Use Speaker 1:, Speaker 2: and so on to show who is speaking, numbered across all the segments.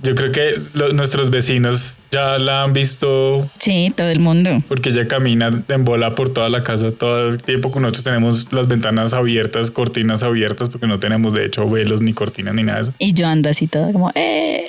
Speaker 1: Yo creo que lo- nuestros vecinos ya la han visto
Speaker 2: Sí, todo el mundo.
Speaker 1: porque ella camina en bola por toda la casa todo el tiempo que nosotros tenemos las ventanas abiertas, cortinas abiertas, porque no tenemos de hecho velos ni cortinas ni nada de eso.
Speaker 2: Y yo ando así toda como, eh.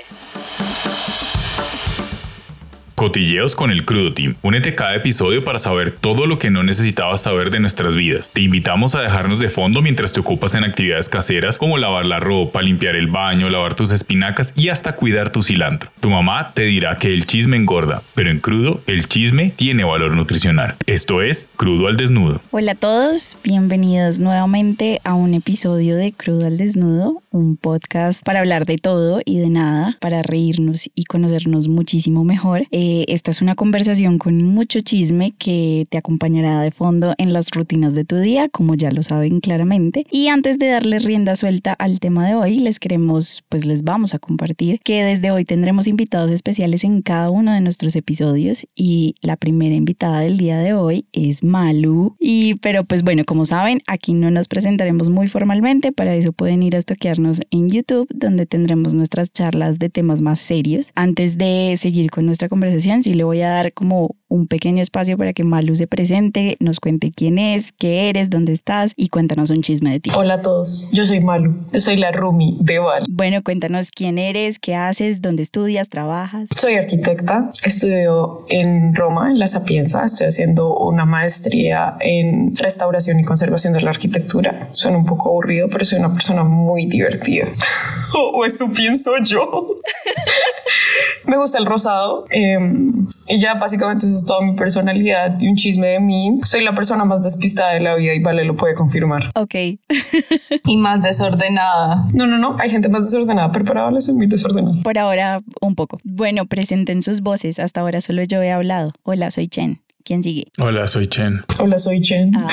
Speaker 3: Cotilleos con el Crudo Team. Únete a cada episodio para saber todo lo que no necesitabas saber de nuestras vidas. Te invitamos a dejarnos de fondo mientras te ocupas en actividades caseras como lavar la ropa, limpiar el baño, lavar tus espinacas y hasta cuidar tu cilantro. Tu mamá te dirá que el chisme engorda, pero en crudo el chisme tiene valor nutricional. Esto es Crudo al Desnudo.
Speaker 2: Hola a todos, bienvenidos nuevamente a un episodio de Crudo al Desnudo, un podcast para hablar de todo y de nada, para reírnos y conocernos muchísimo mejor. Eh, esta es una conversación con mucho chisme que te acompañará de fondo en las rutinas de tu día, como ya lo saben claramente. Y antes de darle rienda suelta al tema de hoy, les queremos, pues les vamos a compartir que desde hoy tendremos invitados especiales en cada uno de nuestros episodios y la primera invitada del día de hoy es Malu. Y pero pues bueno, como saben, aquí no nos presentaremos muy formalmente, para eso pueden ir a estoquearnos en YouTube donde tendremos nuestras charlas de temas más serios. Antes de seguir con nuestra conversación, sí le voy a dar como un pequeño espacio para que Malu se presente, nos cuente quién es, qué eres, dónde estás y cuéntanos un chisme de ti.
Speaker 4: Hola a todos, yo soy Malu, soy la Rumi de Val.
Speaker 2: Bueno, cuéntanos quién eres, qué haces, dónde estudias, trabajas.
Speaker 4: Soy arquitecta, estudio en Roma, en La Sapienza, estoy haciendo una maestría en restauración y conservación de la arquitectura. Suena un poco aburrido, pero soy una persona muy divertida. o eso pienso yo. Me gusta el rosado eh, y ya básicamente esa es toda mi personalidad y un chisme de mí. Soy la persona más despistada de la vida y Vale lo puede confirmar.
Speaker 2: Ok,
Speaker 5: y más desordenada.
Speaker 4: No, no, no, hay gente más desordenada, pero para Vale soy muy desordenada.
Speaker 2: por ahora un poco. Bueno, presenten sus voces, hasta ahora solo yo he hablado. Hola, soy Chen. ¿Quién sigue?
Speaker 1: Hola, soy Chen.
Speaker 4: Hola, soy Chen.
Speaker 2: Ah,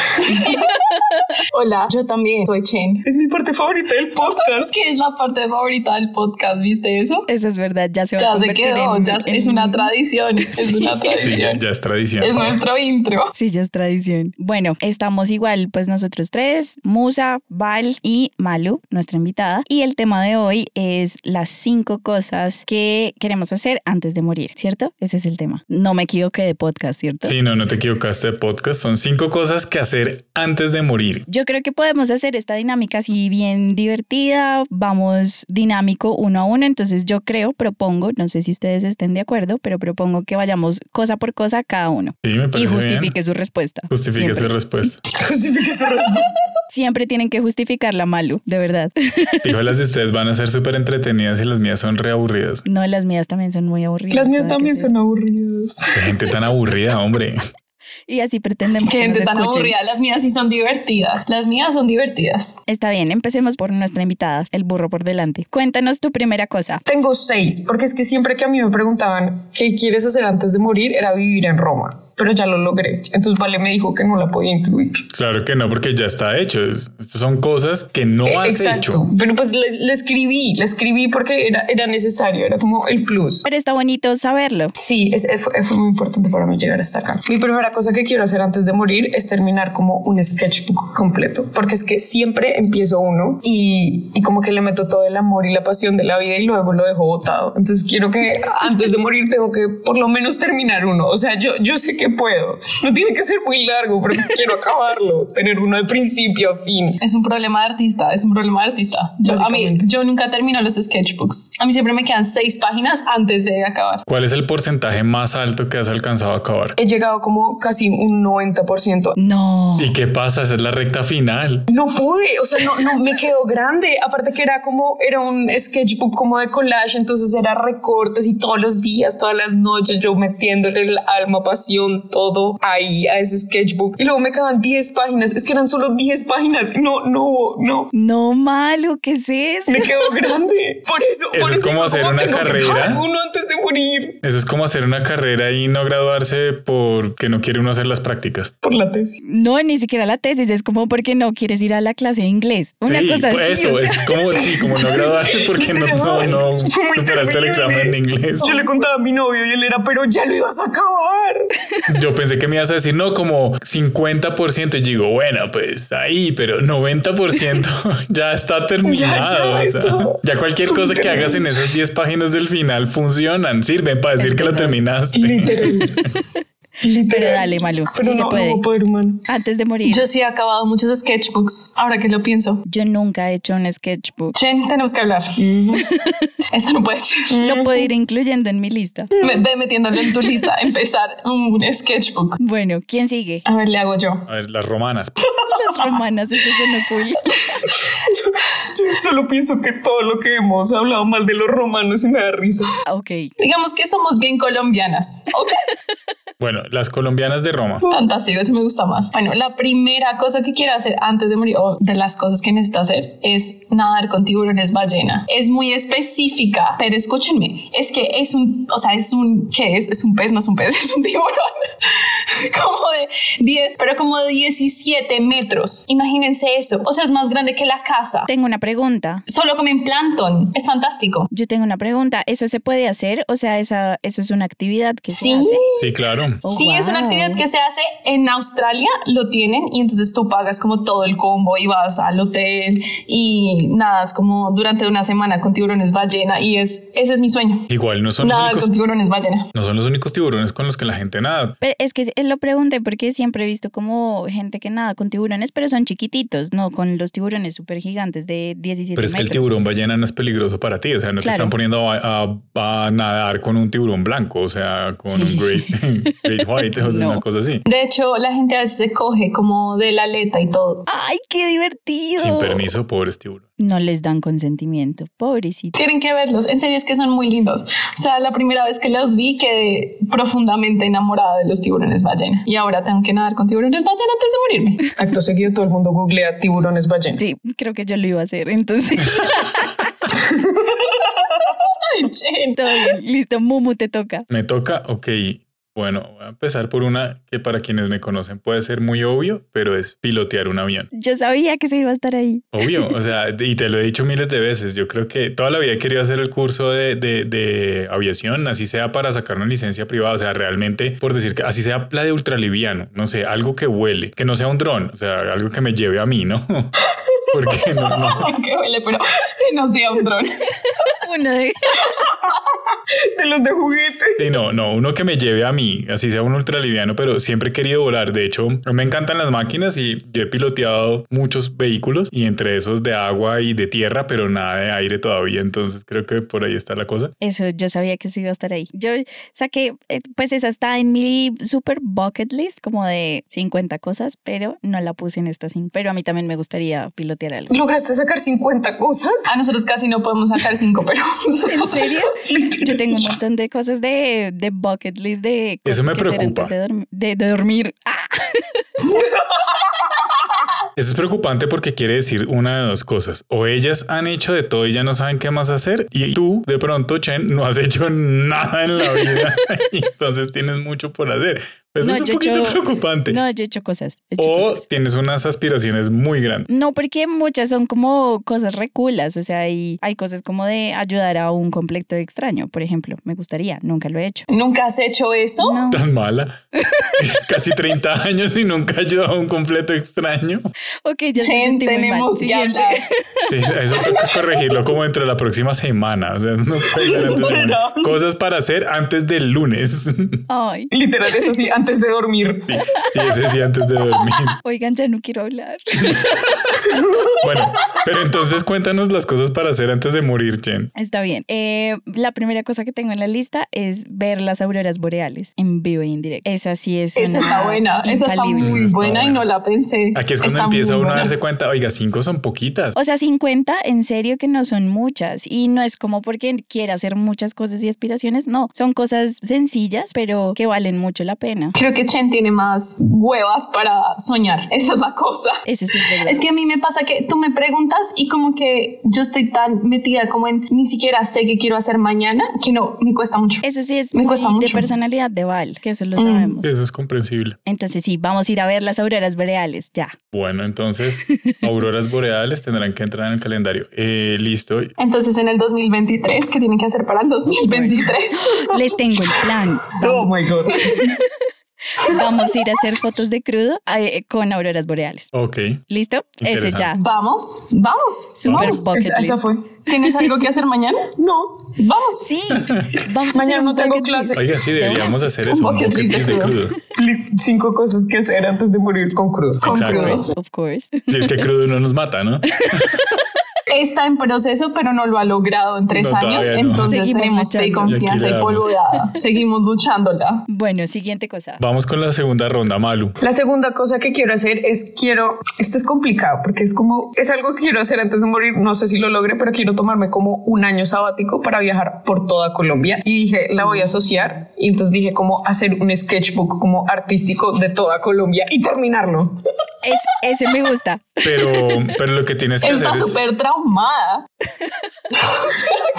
Speaker 5: Hola, yo también soy Chen.
Speaker 4: Es mi parte favorita del
Speaker 5: Es
Speaker 4: podcast.
Speaker 5: que es la parte favorita del podcast, ¿viste eso?
Speaker 2: eso es verdad, ya se va a
Speaker 5: Ya se
Speaker 2: convertir
Speaker 5: quedó,
Speaker 2: en-
Speaker 5: ya se-
Speaker 2: en-
Speaker 5: es una tradición, es
Speaker 2: Sí.
Speaker 1: Sí, ya,
Speaker 5: una tradición.
Speaker 1: ya es tradición.
Speaker 5: Es nuestro intro.
Speaker 2: Sí, ya es tradición. Bueno, estamos igual, pues nosotros tres, Musa, Val y Malu, nuestra invitada. Y el tema de hoy es las cinco cosas que queremos hacer antes de morir, ¿cierto? Ese es el tema. No me equivoqué de podcast, ¿cierto?
Speaker 1: Sí, no, no te equivocaste de podcast. Son cinco cosas que hacer antes de morir.
Speaker 2: Yo creo que podemos hacer esta dinámica así bien divertida, vamos dinámico uno a uno, entonces yo creo, propongo, no sé si ustedes estén de acuerdo, pero propongo que vayamos cosa por cosa cada uno
Speaker 1: Sí, me
Speaker 2: y
Speaker 1: parece bien.
Speaker 2: justifique su respuesta.
Speaker 1: Justifique
Speaker 2: Siempre.
Speaker 1: su respuesta.
Speaker 4: Justifique su respuesta.
Speaker 2: Siempre tienen que justificarla, Malu, de verdad.
Speaker 1: Dijo, las de ustedes van a ser súper entretenidas y las mías son reaburridas.
Speaker 2: No, las mías también son muy aburridas.
Speaker 4: Las mías
Speaker 2: nada que
Speaker 4: también
Speaker 2: hacer.
Speaker 4: son aburridas.
Speaker 1: Qué gente tan aburrida, hombre.
Speaker 2: Y así pretendemos
Speaker 5: Qué
Speaker 2: que nos
Speaker 5: gente tan
Speaker 2: escuchen.
Speaker 5: aburrida. Las mías sí son divertidas. Las mías son divertidas.
Speaker 2: Está bien, empecemos por nuestra invitada, el burro por delante. Cuéntanos tu primera cosa.
Speaker 4: Tengo seis, porque es que siempre que a mí me preguntaban qué quieres hacer antes de morir era vivir en Roma, pero ya lo logré. Entonces Vale me dijo que no la podía incluir.
Speaker 1: Claro que no, porque ya está hecho. Es- Estas son cosas que no
Speaker 4: Eh,
Speaker 1: has
Speaker 4: Exacto,
Speaker 1: hecho.
Speaker 4: pero pues le, le escribí, le escribí porque era, era necesario, era como el plus.
Speaker 2: Pero está bonito saberlo.
Speaker 4: Sí, es, es- fue, fue muy importante para mí llegar hasta acá. Mi primera cosa que quiero hacer antes de morir es terminar como un sketchbook completo, porque es que siempre empiezo uno y, y como que le meto todo el amor y la pasión de la vida y luego lo dejo botado. Entonces quiero que antes de morir tengo que por lo menos terminar uno. O sea, yo, yo sé que puedo. No tiene que ser muy largo, pero quiero acabarlo, tener uno de principio a fin.
Speaker 5: Es un problema de artista, es un problema de artista. Yo, a mí,
Speaker 4: Básicamente.
Speaker 5: yo nunca termino los sketchbooks. A mí siempre me quedan seis páginas antes de acabar.
Speaker 1: ¿Cuál es el porcentaje más alto que has alcanzado a acabar?
Speaker 4: He llegado como casi un 90%.
Speaker 2: No.
Speaker 1: ¿Y qué pasa? Esa es la recta final.
Speaker 4: No pude, o sea, no, no me quedó grande. Aparte que era como, era un sketchbook como de collage, entonces era recortes y todos los días, todas las noches yo metiéndole el alma, pasión, todo ahí a ese sketchbook. Y luego me quedaban 10 páginas, es que eran solo 10 páginas. No, no, no.
Speaker 2: No, Malu, ¿qué es eso?
Speaker 4: Me quedó grande. Por eso,
Speaker 1: Eso
Speaker 4: por
Speaker 1: es
Speaker 4: eso
Speaker 1: como
Speaker 4: digo,
Speaker 1: hacer
Speaker 4: ¿cómo
Speaker 1: una
Speaker 4: tengo que
Speaker 1: carrera?
Speaker 4: dejar Uno antes de morir
Speaker 1: Eso es como hacer una carrera y no graduarse porque no quiere uno hacer las prácticas.
Speaker 4: por la tesis.
Speaker 2: No, ni siquiera la tesis, es como porque no quieres ir a la clase de inglés. Una
Speaker 1: sí,
Speaker 2: cosa
Speaker 1: por
Speaker 2: así.
Speaker 1: eso
Speaker 2: o sea,
Speaker 1: es como, sí, como no graduarse porque no, no, no
Speaker 4: Fue muy
Speaker 1: superaste el
Speaker 4: terrible.
Speaker 1: examen de inglés.
Speaker 4: Yo le contaba a mi novio y él era, pero ya lo ibas a acabar.
Speaker 1: Yo pensé que me ibas a decir, no, como 50%. Y yo digo, bueno, pues ahí, pero 90% ya está terminado.
Speaker 4: Ya, ya,
Speaker 1: o sea,
Speaker 4: esto-
Speaker 1: ya cualquier cosa que hagas en esas 10 páginas del final funcionan, sirven para decir que lo terminaste.
Speaker 4: Literal. Literal.
Speaker 2: Pero dale, Malu,
Speaker 4: Pero
Speaker 2: sí
Speaker 4: no,
Speaker 2: se puede.
Speaker 4: no, poder humano.
Speaker 2: Antes de morir, yo,
Speaker 5: Yo sí he acabado muchos sketchbooks, ahora que lo pienso.
Speaker 2: nunca he hecho un sketchbook.
Speaker 5: Chen, tenemos que hablar. Esto no puede ser.
Speaker 2: Lo puedo ir incluyendo en mi lista.
Speaker 5: Me- Ve metiéndolo en tu lista, empezar un sketchbook.
Speaker 2: Bueno, ¿quién sigue?
Speaker 5: A ver, le hago yo.
Speaker 1: A ver, las romanas.
Speaker 2: Las romanas, eso suena cool.
Speaker 4: Yo solo pienso que todo lo que hemos hablado mal de los romanos me da risa.
Speaker 2: Ah, Ok,
Speaker 5: Digamos que somos bien colombianas. Ok.
Speaker 1: Bueno, las colombianas de Roma.
Speaker 5: Fantástico, eso me gusta más. Bueno, la primera cosa que quiero hacer antes de morir, o de las cosas que necesito hacer, es nadar con tiburones ballena. Es muy específica, pero escúchenme, es que es un, o sea, es un, ¿qué es? Es un pez, no es un pez, es un tiburón. como de 10, pero como de 17 metros. Imagínense eso. O sea, es más grande que la casa.
Speaker 2: tengo una pregunta.
Speaker 5: Solo comen plancton. Es fantástico.
Speaker 2: Yo tengo una pregunta. ¿Eso se puede hacer? O sea, esa, eso es una actividad que
Speaker 5: Sí.
Speaker 2: se hace.
Speaker 1: Sí, claro.
Speaker 2: Oh,
Speaker 5: sí, es una
Speaker 2: wow.
Speaker 5: actividad que se hace en Australia, lo tienen y entonces tú pagas como todo el combo y vas al hotel y nadas como durante una semana con tiburones ballena y es ese es mi sueño.
Speaker 1: Igual no son los
Speaker 5: Nada
Speaker 1: únicos.
Speaker 5: con tiburones ballena.
Speaker 1: No son los únicos tiburones con los que la gente nada.
Speaker 2: Pero es que lo pregunté porque siempre he visto como gente que nada con tiburones, pero son chiquititos, no con los tiburones súper gigantes de 17
Speaker 1: Pero es que el
Speaker 2: metros.
Speaker 1: tiburón ballena no es peligroso para ti. O sea, no te
Speaker 2: Claro.
Speaker 1: están poniendo a, a- a nadar con un tiburón blanco, o sea, con
Speaker 2: Sí.
Speaker 1: un great, great white o sea,
Speaker 2: No.
Speaker 1: una cosa así.
Speaker 5: De hecho, la gente a veces se coge como de la aleta y todo.
Speaker 2: ¡Ay, qué divertido!
Speaker 1: Sin permiso, pobres tiburón.
Speaker 2: No les dan consentimiento, pobrecito.
Speaker 5: Tienen que verlos, en serio es que son muy lindos. O sea, la primera vez que los vi quedé profundamente enamorada de los tiburones ballena y ahora tengo que nadar con tiburones ballena antes de morirme.
Speaker 4: Acto seguido, todo el mundo googlea tiburones ballena.
Speaker 2: Sí, creo que yo lo iba a hacer, entonces
Speaker 5: Ay, Jen.
Speaker 2: todo bien. Listo, Mumu, te toca.
Speaker 1: Me toca, ok. Bueno, voy a empezar por una que para quienes me conocen puede ser muy obvio, pero es pilotear un avión.
Speaker 2: Yo sabía que se iba a estar ahí.
Speaker 1: Obvio, o sea, y te lo he dicho miles de veces, yo creo que toda la vida he querido hacer el curso de, de- de aviación, así sea para sacar una licencia privada, o sea, realmente, por decir que así sea la de ultraliviano, no sé, algo que huele, que no sea un dron, o sea, algo que me lleve a mí, ¿no? Porque no, no,
Speaker 5: que huele, pero que no sea un dron.
Speaker 2: Uno de...
Speaker 4: De los de juguete.
Speaker 1: Sí, no, no, uno que me lleve a mí, así sea un ultraliviano, pero siempre he querido volar. De hecho, me encantan las máquinas y yo he piloteado muchos vehículos y entre esos de agua y de tierra, pero nada de aire todavía. Entonces creo que por ahí está la cosa.
Speaker 2: Eso, yo sabía que eso iba a estar ahí. Yo saqué, eh, pues esa está en mi super bucket list, como de 50 cosas, pero no la puse en esta sin. Pero a mí también me gustaría pilotear algo.
Speaker 4: ¿Lograste sacar 50 cosas?
Speaker 5: A Ah, nosotros casi no podemos sacar cinco, pero
Speaker 2: ¿En serio? Yo tengo un montón de cosas de, de bucket list, de...
Speaker 1: Eso
Speaker 2: cosas
Speaker 1: me
Speaker 2: que hacer
Speaker 1: preocupa.
Speaker 2: antes De, dormi- de- de dormir. Ah,
Speaker 1: Eso es preocupante porque quiere decir una de dos cosas. O ellas han hecho de todo y ya no saben qué más hacer. Y tú, de pronto, Chen, no has hecho nada en la vida. Y Entonces tienes mucho por hacer. Eso
Speaker 2: No,
Speaker 1: es un
Speaker 2: yo he
Speaker 1: poquito
Speaker 2: hecho-
Speaker 1: preocupante.
Speaker 2: no, yo he hecho cosas. he hecho
Speaker 1: o
Speaker 2: cosas.
Speaker 1: tienes unas aspiraciones muy grandes.
Speaker 2: No, porque muchas son como cosas reculas, o sea, hay, hay cosas como de ayudar a un completo extraño, por ejemplo. Me gustaría, nunca lo he hecho.
Speaker 5: nunca has hecho eso.
Speaker 2: No.
Speaker 1: tan mala. Casi 30 años y nunca ayudó a un completo extraño.
Speaker 2: Ok, ya me
Speaker 5: Chen,
Speaker 2: sentí muy mal.
Speaker 5: tenemos que
Speaker 2: Siguiente.
Speaker 5: hablar.
Speaker 1: Es- Eso toca corregirlo como entre la próxima semana. O sea, no puede ser antes de lunes. Cosas para hacer antes del lunes.
Speaker 2: Ay,
Speaker 4: Literal, eso sí, antes de dormir.
Speaker 1: Sí, sí, ese sí, antes de dormir.
Speaker 2: oigan, ya no quiero hablar.
Speaker 1: Bueno, pero entonces cuéntanos las cosas para hacer antes de morir, Jen.
Speaker 2: Está bien. Eh, la primera cosa que tengo en la lista es ver las auroras boreales en vivo y en directo. Esa sí es
Speaker 5: Esa
Speaker 2: una
Speaker 5: está buena, esa está
Speaker 2: infalible.
Speaker 5: muy
Speaker 1: Esa está
Speaker 5: buena y
Speaker 1: buena.
Speaker 5: no la pensé.
Speaker 1: Aquí es cuando
Speaker 5: Está muy
Speaker 1: empieza uno a
Speaker 5: buena.
Speaker 1: darse cuenta, oiga, cinco son poquitas.
Speaker 2: O sea, 50 en serio que no son muchas y no es como porque quiera hacer muchas cosas y aspiraciones, no, son cosas sencillas pero que valen mucho la pena.
Speaker 5: Creo que Chen tiene más huevas para soñar. Esa es la cosa.
Speaker 2: Eso sí es verdad.
Speaker 5: Es que a mí me pasa que tú me preguntas y como que yo estoy tan metida como en ni siquiera sé qué quiero hacer mañana que no me cuesta mucho.
Speaker 2: Eso sí es
Speaker 5: Me
Speaker 2: muy
Speaker 5: cuesta
Speaker 2: de
Speaker 5: mucho.
Speaker 2: personalidad de Val, que eso lo
Speaker 5: Mm.
Speaker 2: sabemos.
Speaker 1: Eso es comprensible.
Speaker 2: Entonces sí, vamos a ir a ver las auroras boreales, ya.
Speaker 1: Bueno, entonces auroras boreales tendrán que entrar en el calendario. Eh, listo.
Speaker 5: Entonces en el 2023, ¿qué tienen que hacer para el 2023?
Speaker 2: Les tengo el plan.
Speaker 4: Oh my God.
Speaker 2: Vamos a ir a hacer fotos de crudo eh, con auroras boreales.
Speaker 1: Ok.
Speaker 2: ¿Listo? Ese
Speaker 1: Interesante.
Speaker 2: ya.
Speaker 5: Vamos, vamos,
Speaker 2: Super
Speaker 5: vamos.
Speaker 2: bucket
Speaker 4: Esa, esa
Speaker 2: list.
Speaker 4: fue.
Speaker 5: ¿Tienes algo que hacer mañana?
Speaker 4: No,
Speaker 5: Vamos.
Speaker 2: Sí. Vamos a hacer
Speaker 4: Mañana
Speaker 2: un
Speaker 4: no tengo
Speaker 2: bucket
Speaker 4: clase.
Speaker 2: list.
Speaker 1: Oiga, sí, deberíamos hacer
Speaker 5: Un
Speaker 1: eso, un
Speaker 5: bucket
Speaker 1: bucket
Speaker 5: list
Speaker 1: list
Speaker 5: de
Speaker 1: de
Speaker 5: crudo.
Speaker 1: crudo.
Speaker 4: li- cinco cosas que hacer antes de morir con crudo.
Speaker 5: Con
Speaker 1: Exacto.
Speaker 5: crudos.
Speaker 2: Of course.
Speaker 1: Si es que crudo no nos mata, ¿no?
Speaker 5: Está en proceso, pero no lo ha logrado en tres
Speaker 1: No,
Speaker 5: años.
Speaker 1: todavía no.
Speaker 5: Entonces
Speaker 2: Seguimos
Speaker 5: tenemos fe y
Speaker 2: luchando.
Speaker 5: confianza
Speaker 1: Y aquí
Speaker 5: y
Speaker 1: le damos.
Speaker 5: polvorada. Seguimos luchándola.
Speaker 2: Bueno, siguiente cosa.
Speaker 1: Vamos con la segunda ronda, Malu.
Speaker 4: La segunda cosa que quiero hacer es quiero, esto es complicado porque es como, es algo que quiero hacer antes de morir, no sé si lo logre, pero quiero tomarme como un año sabático para viajar por toda Colombia y dije, la voy a asociar y entonces dije como hacer un sketchbook como artístico de toda Colombia y terminarlo.
Speaker 2: Es, ese me gusta.
Speaker 1: Pero, pero lo que tienes que hacer
Speaker 5: Está
Speaker 1: es.
Speaker 5: súper traumada.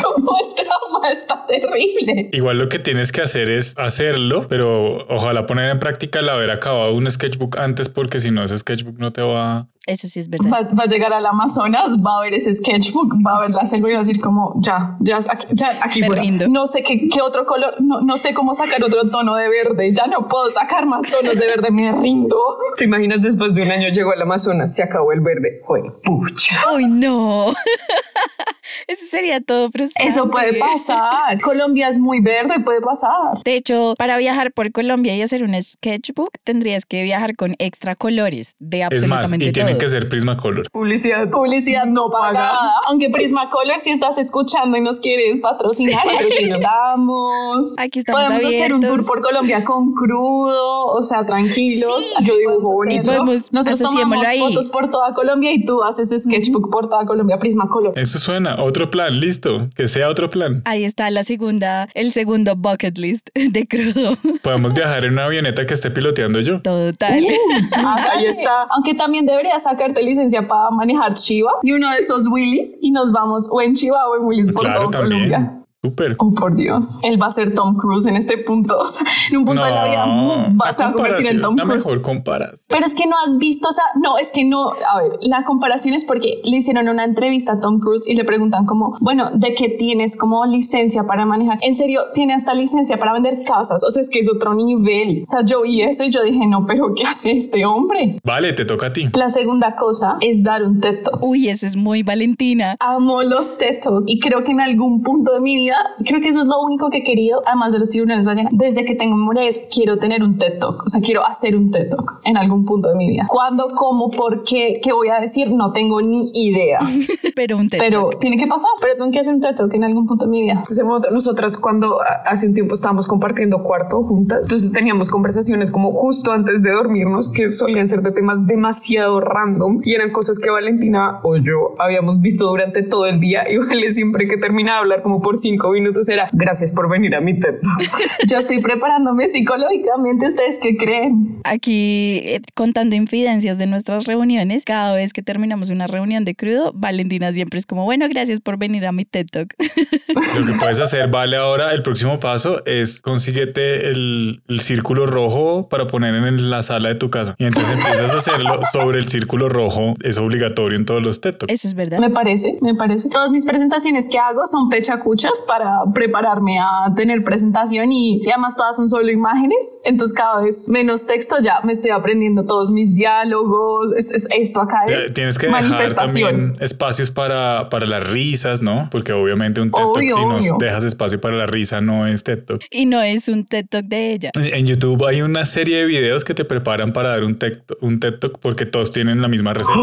Speaker 5: Como el trauma está terrible.
Speaker 1: Igual lo que tienes que hacer es hacerlo, pero ojalá poner en práctica el haber acabado un sketchbook antes, porque si no, ese sketchbook no te va.
Speaker 2: Eso sí es verdad.
Speaker 5: Va, va a llegar al Amazonas, va a ver ese sketchbook, va a ver la selva y va a decir como, ya, ya, aquí, ya, aquí
Speaker 2: Me
Speaker 5: fue.
Speaker 2: rindo.
Speaker 5: No sé qué, qué otro color, no, no sé cómo sacar otro tono de verde, ya no puedo sacar más tonos de verde, me rindo.
Speaker 4: ¿Te imaginas después de un año llegó al Amazonas, se acabó el verde? Joder, pucha.
Speaker 2: Uy, no. Eso sería todo frustrante.
Speaker 5: Eso puede pasar. Colombia es muy verde, puede pasar.
Speaker 2: De hecho, para viajar por Colombia y hacer un sketchbook, tendrías que viajar con extra colores de
Speaker 1: Es más,
Speaker 2: absolutamente
Speaker 1: y tienen
Speaker 2: todo.
Speaker 1: que ser Prismacolor.
Speaker 4: Publicidad.
Speaker 5: Publicidad no
Speaker 4: pagada.
Speaker 5: pagada. Aunque Prismacolor, si estás escuchando y nos quieres patrocinar, aquí estamos.
Speaker 2: Aquí estamos
Speaker 5: Podemos hacer un tour
Speaker 2: abiertos.
Speaker 5: por Colombia con crudo, o sea, tranquilos.
Speaker 4: Sí. Yo dibujo
Speaker 5: Podemos
Speaker 4: bonito.
Speaker 5: hacerlo.
Speaker 2: Podemos-
Speaker 5: Nosotros
Speaker 2: asociémoslo
Speaker 5: tomamos
Speaker 2: ahí.
Speaker 5: fotos por toda Colombia y tú haces sketchbook por toda Colombia Prismacolor.
Speaker 1: Eso suena, otro plan, listo, que sea otro plan.
Speaker 2: Ahí está la segunda, el segundo bucket list de crudo.
Speaker 1: Podemos viajar en una avioneta que esté piloteando yo.
Speaker 2: Total.
Speaker 5: Ah,
Speaker 4: Ahí
Speaker 5: aunque-
Speaker 4: está.
Speaker 5: Aunque también deberías sacarte licencia para manejar Chiva y uno de esos Willys y nos vamos o en Chiva o en Willys por
Speaker 1: Claro,
Speaker 5: todo Colombia.
Speaker 1: también. Súper.
Speaker 5: Oh, por Dios. Él va a ser Tom Cruise en este punto. O sea, en un punto de la vida mm, va a
Speaker 1: a
Speaker 5: se va a convertir en
Speaker 1: comparación,
Speaker 5: Tom
Speaker 1: una
Speaker 5: Cruise.
Speaker 1: mejor comparación.
Speaker 5: Pero es que no has visto, o sea, no, es que no, a ver, la comparación es porque le hicieron una entrevista a Tom Cruise y le preguntan como, bueno, ¿de qué tienes como licencia para manejar? En serio, tiene hasta licencia para vender casas, o sea, es que es otro nivel. O sea, yo vi eso y yo dije, no, pero ¿qué hace este hombre?
Speaker 1: Vale, te toca a ti.
Speaker 5: La segunda cosa es dar un teto.
Speaker 2: Uy, eso es muy Valentina.
Speaker 5: Amo los tetos y creo que en algún punto de mi vida, creo que eso es lo único que he querido, además de los tiburones ballena, desde que tengo memoria es quiero tener un TED Talk, o sea, quiero hacer un TED Talk en algún punto de mi vida. ¿Cuándo, cómo, por qué, qué voy a decir? No tengo ni idea,
Speaker 2: Pero un TED
Speaker 5: pero tiene que pasar, pero tengo que hacer un TED Talk en algún punto de mi vida.
Speaker 4: Entonces, hermano, Nosotras cuando a- hace un tiempo estábamos compartiendo cuarto juntas, entonces teníamos conversaciones como justo antes de dormirnos que solían ser de temas demasiado random y eran cosas que Valentina o yo habíamos visto durante todo el día y Vale siempre que terminaba de hablar como por cinco minutos era gracias por venir a mi teto.
Speaker 5: Yo estoy preparándome psicológicamente, ¿ustedes qué creen?
Speaker 2: Aquí eh, contando infidencias de nuestras reuniones, cada vez que terminamos una reunión de crudo, Valentina siempre es como, bueno, gracias por venir a mi TED Talk.
Speaker 1: Lo que puedes hacer, vale, ahora el próximo paso es consíguete el, el círculo rojo para poner en la sala de tu casa. Y entonces empiezas a hacerlo sobre el círculo rojo. Es obligatorio en todos los TED Talks.
Speaker 2: Eso es verdad.
Speaker 5: Me parece, me parece. Todas mis presentaciones que hago son pechacuchas para prepararme a tener presentación y, y además todas son solo imágenes. Entonces cada vez menos texto ya me estoy aprendiendo todos mis diálogos. Es- es- esto acá
Speaker 1: Te-
Speaker 5: es
Speaker 1: Tienes que dejar
Speaker 5: manifestación.
Speaker 1: también espacios para, para las risas, ¿no? Porque obviamente un TED Talk,
Speaker 5: Obvio,
Speaker 1: si
Speaker 5: obvio.
Speaker 1: no dejas espacio para la risa, no es TED Talk.
Speaker 2: Y no es un TED Talk de ella.
Speaker 1: En en YouTube hay una serie de videos que te preparan para dar un TED, un TED Talk porque todos tienen la misma receta.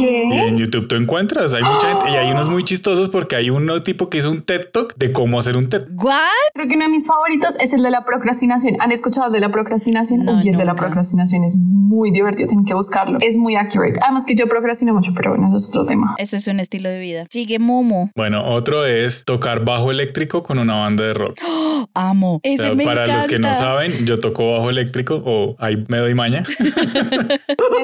Speaker 1: Y en YouTube tú encuentras, hay mucha gente, y hay unos
Speaker 2: ¡Ah!
Speaker 1: muy chistosos porque hay uno tipo que hizo un TED Talk de cómo hacer un TED.
Speaker 2: ¿What?
Speaker 5: Creo que uno de mis favoritos es el de la procrastinación. ¿Han escuchado el de la procrastinación?
Speaker 2: No,
Speaker 5: Uy, el de la
Speaker 2: nunca.
Speaker 5: procrastinación es muy divertido, tienen que buscarlo. Es muy accurate. Además que yo procrastino mucho, pero bueno, eso es otro tema.
Speaker 2: Eso es un estilo de vida. Sigue Momo.
Speaker 1: Bueno, otro es tocar bajo eléctrico con una banda de rock.
Speaker 2: Amo.
Speaker 1: O sea,
Speaker 2: Ese me
Speaker 1: para los que no
Speaker 2: encanta.
Speaker 1: saben, yo toco bajo eléctrico o ahí me doy maña.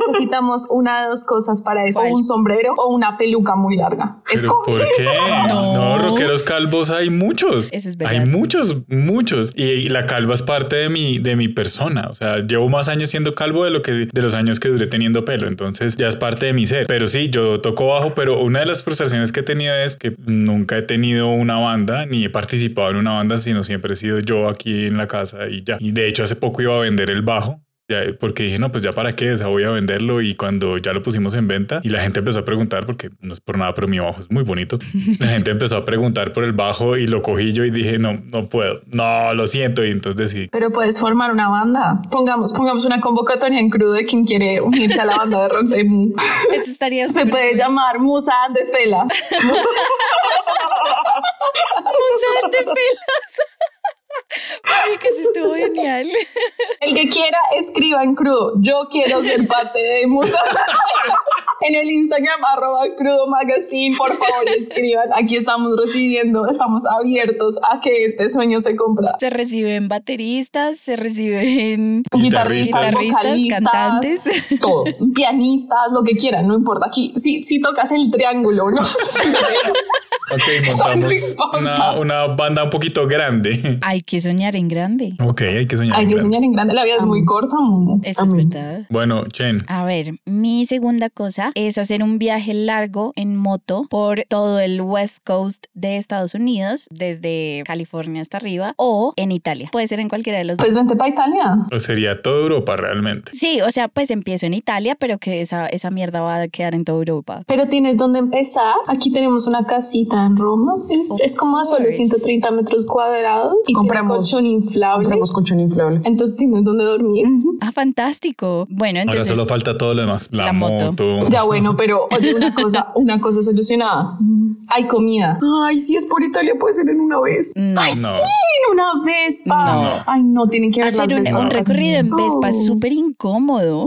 Speaker 5: Necesitamos una de dos cosas para eso.
Speaker 2: ¿Cuál?
Speaker 5: O un sombrero o una peluca muy larga.
Speaker 1: Pero
Speaker 5: Escoge.
Speaker 1: ¿por qué?
Speaker 2: No.
Speaker 1: No. rockeros calvos hay muchos.
Speaker 2: Eso es verdad.
Speaker 1: Hay muchos, muchos. Y, y la calva es parte de mi, de mi persona. O sea, llevo más años siendo calvo de lo que que de los años que duré teniendo pelo. Entonces ya es parte de mi ser. Pero sí, yo toco bajo, pero una de las frustraciones que he tenido es que nunca he tenido una banda ni he participado en una banda, sino siempre he sido yo aquí en la casa y ya. Y de hecho hace poco iba a vender el bajo porque dije, no, pues ya para qué, o sea, voy a venderlo. Y cuando ya lo pusimos en venta y la gente empezó a preguntar, porque no es por nada, pero mi bajo es muy bonito. La gente empezó a preguntar por el bajo y lo cogí yo y dije, no, no puedo, no, lo siento. Y entonces decidí.
Speaker 5: Pero puedes formar una banda. Pongamos, pongamos una convocatoria en crudo de quien quiere unirse a la banda de rock de Mu.
Speaker 2: Eso estaría
Speaker 5: Se puede llamar Musa de Fela.
Speaker 2: Musa de Felas. Ay, que sí estuvo genial.
Speaker 5: El que quiera, escriba en crudo. Yo quiero ser parte de Musa. En el Instagram, arroba crudo magazine, por favor, escriban. Aquí estamos recibiendo, estamos abiertos a que este sueño se cumpla.
Speaker 2: Se reciben bateristas, se reciben
Speaker 5: Guitarristas,
Speaker 2: Guitarristas,
Speaker 5: vocalistas,
Speaker 2: cantantes.
Speaker 5: todo. Pianistas, lo que quieran, no importa. Aquí, si, si tocas el triángulo, no.
Speaker 1: Ok,
Speaker 5: Eso
Speaker 1: montamos
Speaker 5: no importa.
Speaker 1: una, una banda un poquito grande.
Speaker 2: Hay que soñar en grande.
Speaker 1: Ok, hay que soñar.
Speaker 5: Hay
Speaker 1: en
Speaker 5: que
Speaker 1: grande.
Speaker 5: soñar en grande. La vida es muy corta. Mumu.
Speaker 2: Eso es verdad.
Speaker 1: Bueno, Chen,
Speaker 2: A ver, mi segunda cosa es hacer un viaje largo en moto por todo el West Coast de Estados Unidos, desde California hasta arriba, o en Italia. Puede ser en cualquiera de los dos.
Speaker 5: Pues vente para Italia.
Speaker 1: pues sería toda Europa realmente.
Speaker 2: Sí, o sea, pues empiezo en Italia, pero que esa, esa mierda va a quedar en toda Europa.
Speaker 5: Pero tienes dónde empezar. Aquí tenemos una casita en Roma. Es,
Speaker 2: Of
Speaker 5: es como a solo
Speaker 2: course.
Speaker 5: 130 metros cuadrados. Y
Speaker 4: Compramos-
Speaker 5: tiene colchón inflable.
Speaker 4: Compramos colchón inflable.
Speaker 5: Entonces tienes dónde dormir.
Speaker 2: Ah, fantástico. Bueno, entonces.
Speaker 1: Ahora solo falta todo lo demás. La,
Speaker 2: La moto.
Speaker 1: moto.
Speaker 5: Ya bueno, pero oye, una cosa, una cosa solucionada. Hay comida.
Speaker 4: Ay, si es por Italia, puede ser en una vez.
Speaker 2: No.
Speaker 5: Ay,
Speaker 1: No.
Speaker 5: sí, en una Vespa.
Speaker 1: No.
Speaker 5: Ay, no, tienen que ver
Speaker 2: Hacer
Speaker 5: las
Speaker 2: un,
Speaker 5: Vespas.
Speaker 2: un recorrido en Vespa
Speaker 4: Oh.
Speaker 2: es súper incómodo.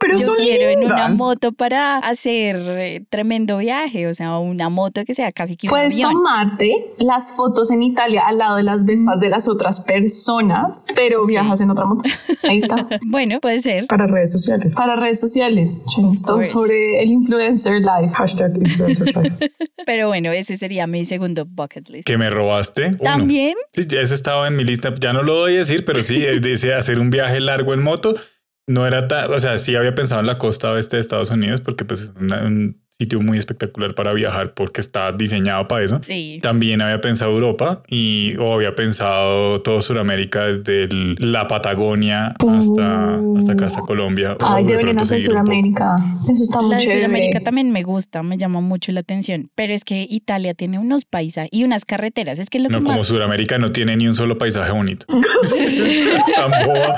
Speaker 4: Pero
Speaker 2: Yo
Speaker 4: son
Speaker 2: quiero en una
Speaker 4: lindas.
Speaker 2: moto para hacer eh, tremendo viaje, o sea, una moto que sea casi que un
Speaker 5: Puedes
Speaker 2: avión.
Speaker 5: tomarte las fotos en Italia al lado de las Vespas de las otras personas, pero viajas en otra moto. Ahí está.
Speaker 2: Bueno, puede ser.
Speaker 4: Para redes sociales.
Speaker 5: Para redes sociales, Esto
Speaker 2: course.
Speaker 5: sobre el influencer life.
Speaker 4: Hashtag influencer life.
Speaker 2: Pero bueno, ese sería mi segundo bucket list.
Speaker 1: Que me robaste. uno.
Speaker 2: También
Speaker 1: Sí, ya ese estaba en mi lista. Ya no lo voy a decir, pero sí, eh, dice hacer un viaje largo en moto. No era tan, o sea, sí había pensado en la costa oeste de Estados Unidos porque pues es una- un sitio muy espectacular para viajar porque está diseñado para eso.
Speaker 2: Sí.
Speaker 1: También había pensado Europa y o había pensado todo Sudamérica desde el- la Patagonia hasta, hasta acá, hasta Colombia. O
Speaker 5: Ay,
Speaker 1: de
Speaker 5: deberían
Speaker 1: pronto
Speaker 5: hacer
Speaker 1: seguir un poco.
Speaker 5: Sudamérica. Eso está muy
Speaker 2: la de
Speaker 5: chévere.
Speaker 2: Sudamérica también me gusta, me llama mucho la atención. Pero es que Italia tiene unos paisas y unas carreteras. Es que es lo
Speaker 1: No,
Speaker 2: que
Speaker 1: como
Speaker 2: más.
Speaker 1: Sudamérica no tiene ni un solo paisaje bonito. Tan boba.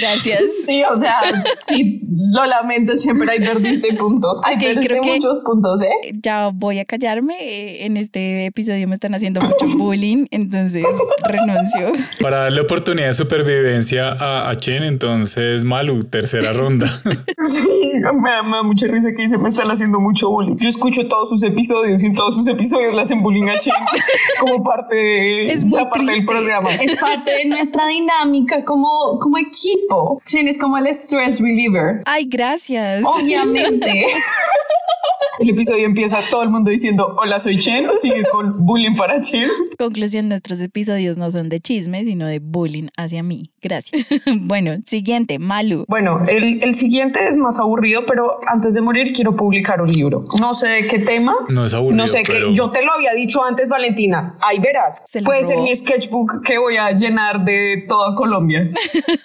Speaker 2: Gracias.
Speaker 5: Sí, o sea, sí, lo lamento, siempre hay perdiste puntos. Hay
Speaker 2: Ok,
Speaker 5: perdiste
Speaker 2: creo que-
Speaker 5: muchos puntos, ¿eh?
Speaker 2: Ya voy a callarme. eh, En este episodio me están haciendo mucho bullying, entonces renuncio.
Speaker 1: Para darle oportunidad de supervivencia a, a Chen, entonces Malu, tercera ronda.
Speaker 4: Sí, me da, me da mucha risa que dice, me están haciendo mucho bullying. Yo escucho todos sus episodios y en todos sus episodios la hacen bullying a Chen. Es como parte, de,
Speaker 2: Es muy
Speaker 4: ya parte del
Speaker 2: triste.
Speaker 4: programa.
Speaker 5: Es parte de nuestra dinámica como, como equipo. Chen es como el stress reliever.
Speaker 2: Ay, gracias.
Speaker 5: Obviamente.
Speaker 4: El episodio empieza todo el mundo diciendo, hola, soy Chen. Sigue con bullying para Chen.
Speaker 2: Conclusión, nuestros episodios no son de chisme, sino de bullying hacia mí. Gracias. bueno, siguiente, Malu.
Speaker 4: Bueno, el, el siguiente es más aburrido, pero antes de morir quiero publicar un libro. No sé de qué tema.
Speaker 1: No es aburrido,
Speaker 4: No sé
Speaker 1: pero-
Speaker 4: qué. Yo te lo había dicho antes, Valentina. Ahí verás.
Speaker 2: Se lo
Speaker 4: Puede ser
Speaker 2: robó.
Speaker 4: mi sketchbook que voy a llenar de toda Colombia.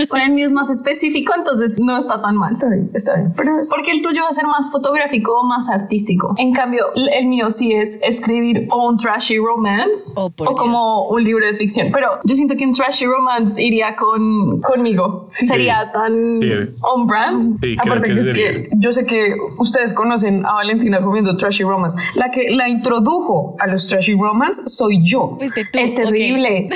Speaker 5: Con el mío es más específico, entonces no está tan mal.
Speaker 4: Está bien, está bien. Pero es-
Speaker 5: Porque el tuyo va a ser más fotográfico o más artístico. En cambio, el el mío sí es escribir o un trashy romance
Speaker 2: Oh, por
Speaker 5: o como un libro de ficción. Pero yo siento que un trashy romance iría con, conmigo. Sería tan
Speaker 1: Sí.
Speaker 5: on brand.
Speaker 1: Sí, creo
Speaker 4: Aparte
Speaker 1: que
Speaker 4: que
Speaker 1: es
Speaker 4: es que yo sé que ustedes conocen a Valentina comiendo trashy romance. La que la introdujo a los trashy romance soy yo.
Speaker 2: Pues de tú.
Speaker 5: es
Speaker 2: ok.
Speaker 5: terrible.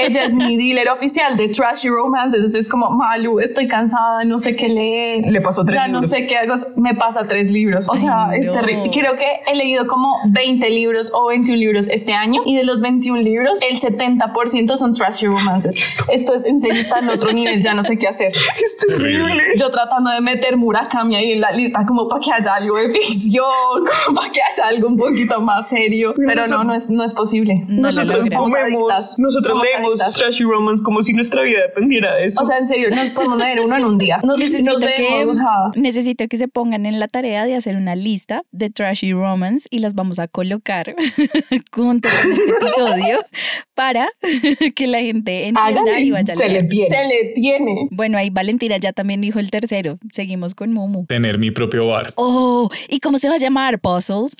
Speaker 5: Ella es mi dealer oficial de trashy romance. Entonces es como, Malu, estoy cansada, no sé qué leer.
Speaker 4: Le pasó tres
Speaker 5: ya no
Speaker 4: libros.
Speaker 5: sé qué hago. Me pasa tres libros. O sea,
Speaker 2: Ay,
Speaker 5: es
Speaker 2: no.
Speaker 5: horrible. Creo que he leído como 20 libros o 21 libros este año y de los 21 libros, el 70% son trashy romances. Esto es en serio, está en otro nivel, ya no sé qué hacer.
Speaker 4: Este Es terrible.
Speaker 5: Yo tratando de meter Murakami ahí en la lista, como para que haya algo de ficción, como para que haya algo un poquito más serio. Pero no, no es, no es posible. No lo
Speaker 4: Nosotros
Speaker 5: logramos. Somos adictas.
Speaker 4: comemos, nosotros
Speaker 5: Somos
Speaker 4: leemos
Speaker 5: adictas.
Speaker 4: trashy romance como si nuestra vida dependiera de eso.
Speaker 5: O sea, en serio, nos podemos leer uno en un día. Nos,
Speaker 2: Necesito,
Speaker 5: nos
Speaker 2: pues que,
Speaker 5: leemos, ajá.
Speaker 2: necesito que se pongan en la tarea de hacer una lista de trashy romance y las vamos a colocar junto con este episodio para que la gente entienda y
Speaker 4: Hágale,
Speaker 2: vaya a
Speaker 4: se le
Speaker 2: leer.
Speaker 4: tiene.
Speaker 5: Se le tiene.
Speaker 2: Bueno, ahí Valentina ya también dijo el tercero. Seguimos con Mumu.
Speaker 1: Tener mi propio bar.
Speaker 2: Oh, ¿y cómo se va a llamar? Puzzles.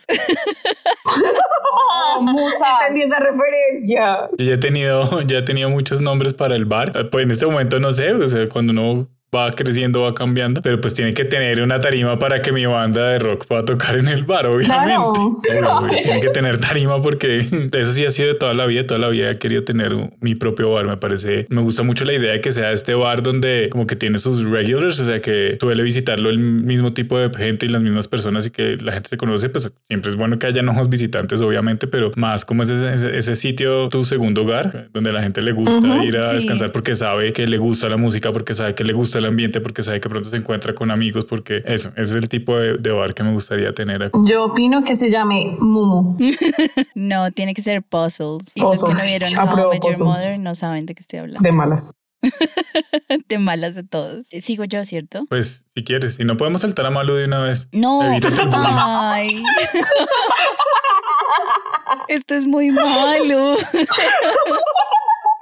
Speaker 5: Oh, musa.
Speaker 4: Entendí esa referencia.
Speaker 1: Yo ya he tenido, ya he tenido muchos nombres para el bar. Eh, Pues en este momento no sé, o sea, cuando uno va creciendo, va cambiando, pero pues tiene que tener una tarima para que mi banda de rock pueda tocar en el bar, obviamente.
Speaker 5: Claro.
Speaker 1: Obvio, obvio, tiene que tener tarima porque eso sí ha sido de toda la vida, toda la vida he querido tener un- mi propio bar, me parece, me gusta mucho la idea de que sea este bar donde como que tiene sus regulars, o sea que suele visitarlo el mismo tipo de gente y las mismas personas y que la gente se conoce, pues siempre es bueno que haya nuevos visitantes obviamente, pero más como es ese, ese- ese sitio, tu segundo hogar, donde la gente le gusta
Speaker 5: Ujú,
Speaker 1: ir a
Speaker 2: sí.
Speaker 1: descansar porque sabe que le gusta la música, porque sabe que le gusta el ambiente, porque sabe que pronto se encuentra con amigos, porque eso, ese es el tipo de, de bar que me gustaría tener acá.
Speaker 5: Yo opino que se llame Mumu.
Speaker 2: No, tiene que ser Puzzles. Y los que no
Speaker 4: Puzzles.
Speaker 2: vieron
Speaker 4: Apruebo
Speaker 2: How I Met Your
Speaker 4: Puzzles.
Speaker 2: Mother no saben de qué estoy hablando.
Speaker 4: De malas.
Speaker 2: De malas de todos. Eh, Sigo yo, ¿cierto?
Speaker 1: Pues si quieres, si no podemos saltar a Malu de una vez.
Speaker 2: No.
Speaker 1: Evítate el bullying.
Speaker 2: Ay. Esto es muy malo.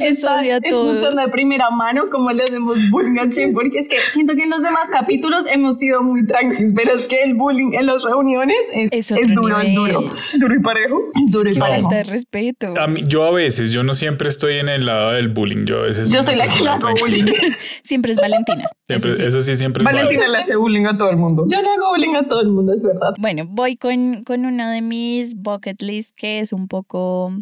Speaker 2: Eso odia a todos.
Speaker 5: Escuchando de primera mano cómo le hacemos bullying a Chen, porque es que siento que en los demás capítulos hemos sido muy tranquilos, pero es que el bullying en las reuniones es,
Speaker 2: Es
Speaker 5: es
Speaker 2: otro
Speaker 5: duro, es duro.
Speaker 2: nivel.
Speaker 4: Duro y parejo.
Speaker 5: Es duro y
Speaker 2: Qué
Speaker 5: parejo.
Speaker 2: falta de respeto.
Speaker 1: A mí- yo a veces, yo no siempre estoy en el lado del bullying. Yo a veces.
Speaker 5: Yo
Speaker 1: una
Speaker 5: soy la que le
Speaker 1: persona
Speaker 5: hago
Speaker 1: tranquila.
Speaker 5: bullying.
Speaker 2: Siempre es Valentina.
Speaker 1: Siempre-
Speaker 2: eso sí.
Speaker 1: eso sí, siempre. es
Speaker 4: Valentina
Speaker 1: válido.
Speaker 4: le hace bullying a todo el mundo.
Speaker 5: Yo le hago bullying a todo el mundo, es verdad.
Speaker 2: Bueno, voy con, con uno de mis bucket list que es un poco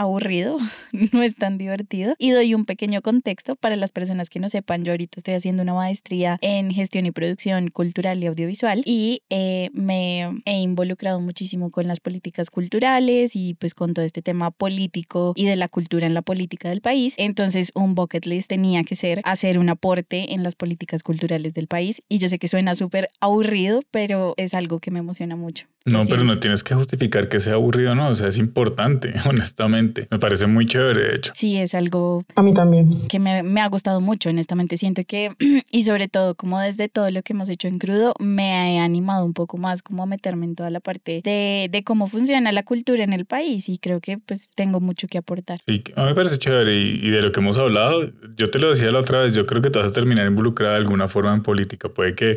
Speaker 2: aburrido, no es tan divertido. Y doy un pequeño contexto para las personas que no sepan. Yo ahorita estoy haciendo una maestría en gestión y producción cultural y audiovisual y eh, me he involucrado muchísimo con las políticas culturales y pues con todo este tema político y de la cultura en la política del país. Entonces un bucket list tenía que ser hacer un aporte en las políticas culturales del país. Y yo sé que suena súper aburrido, pero es algo que me emociona mucho.
Speaker 1: No,
Speaker 2: Lo
Speaker 1: pero
Speaker 2: siento.
Speaker 1: no tienes que justificar que sea aburrido, no. O sea, es importante, honestamente. Me parece muy chévere, de hecho.
Speaker 2: Sí, es algo
Speaker 4: A mí también.
Speaker 2: que me, me ha gustado mucho, honestamente. Siento que, y sobre todo, como desde todo lo que hemos hecho en crudo, me he animado un poco más como a meterme en toda la parte de, de cómo funciona la cultura en el país y creo que pues tengo mucho que aportar.
Speaker 1: Sí, a mí me parece chévere. Y, y de lo que hemos hablado, yo te lo decía la otra vez, yo creo que tú vas a terminar involucrada de alguna forma en política. Puede que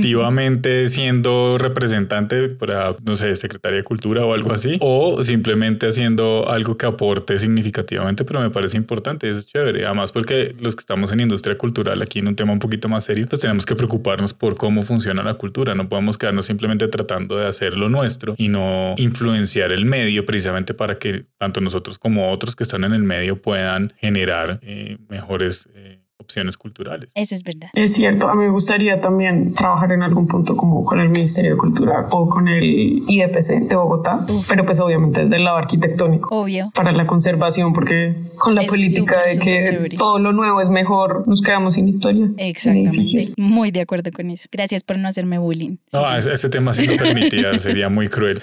Speaker 1: activamente siendo representante para, no sé, secretaria de cultura o algo así, o simplemente haciendo algo que aporte significativamente, pero me parece importante. Eso es chévere. Además, porque los que estamos en industria cultural aquí en un tema un poquito más serio, pues tenemos que preocuparnos por cómo funciona la cultura. No podemos quedarnos simplemente tratando de hacer lo nuestro y no influenciar el medio precisamente para que tanto nosotros como otros que están en el medio puedan generar eh, mejores eh, opciones culturales.
Speaker 2: Eso es verdad.
Speaker 4: Es cierto, a mí me gustaría también trabajar en algún punto como con el Ministerio de Cultura o con el IDPC de Bogotá, pero pues obviamente desde el lado arquitectónico
Speaker 2: Obvio.
Speaker 4: para la conservación, porque con la
Speaker 2: Es
Speaker 4: política
Speaker 2: súper,
Speaker 4: de
Speaker 2: súper
Speaker 4: que
Speaker 2: chévere.
Speaker 4: todo lo nuevo es mejor, nos quedamos sin historia. sin
Speaker 2: Exactamente.
Speaker 4: edificios.
Speaker 2: Muy de acuerdo con eso. Gracias por no hacerme bullying.
Speaker 1: No,
Speaker 2: Sí.
Speaker 1: ese, ese tema si no permitía sería muy cruel.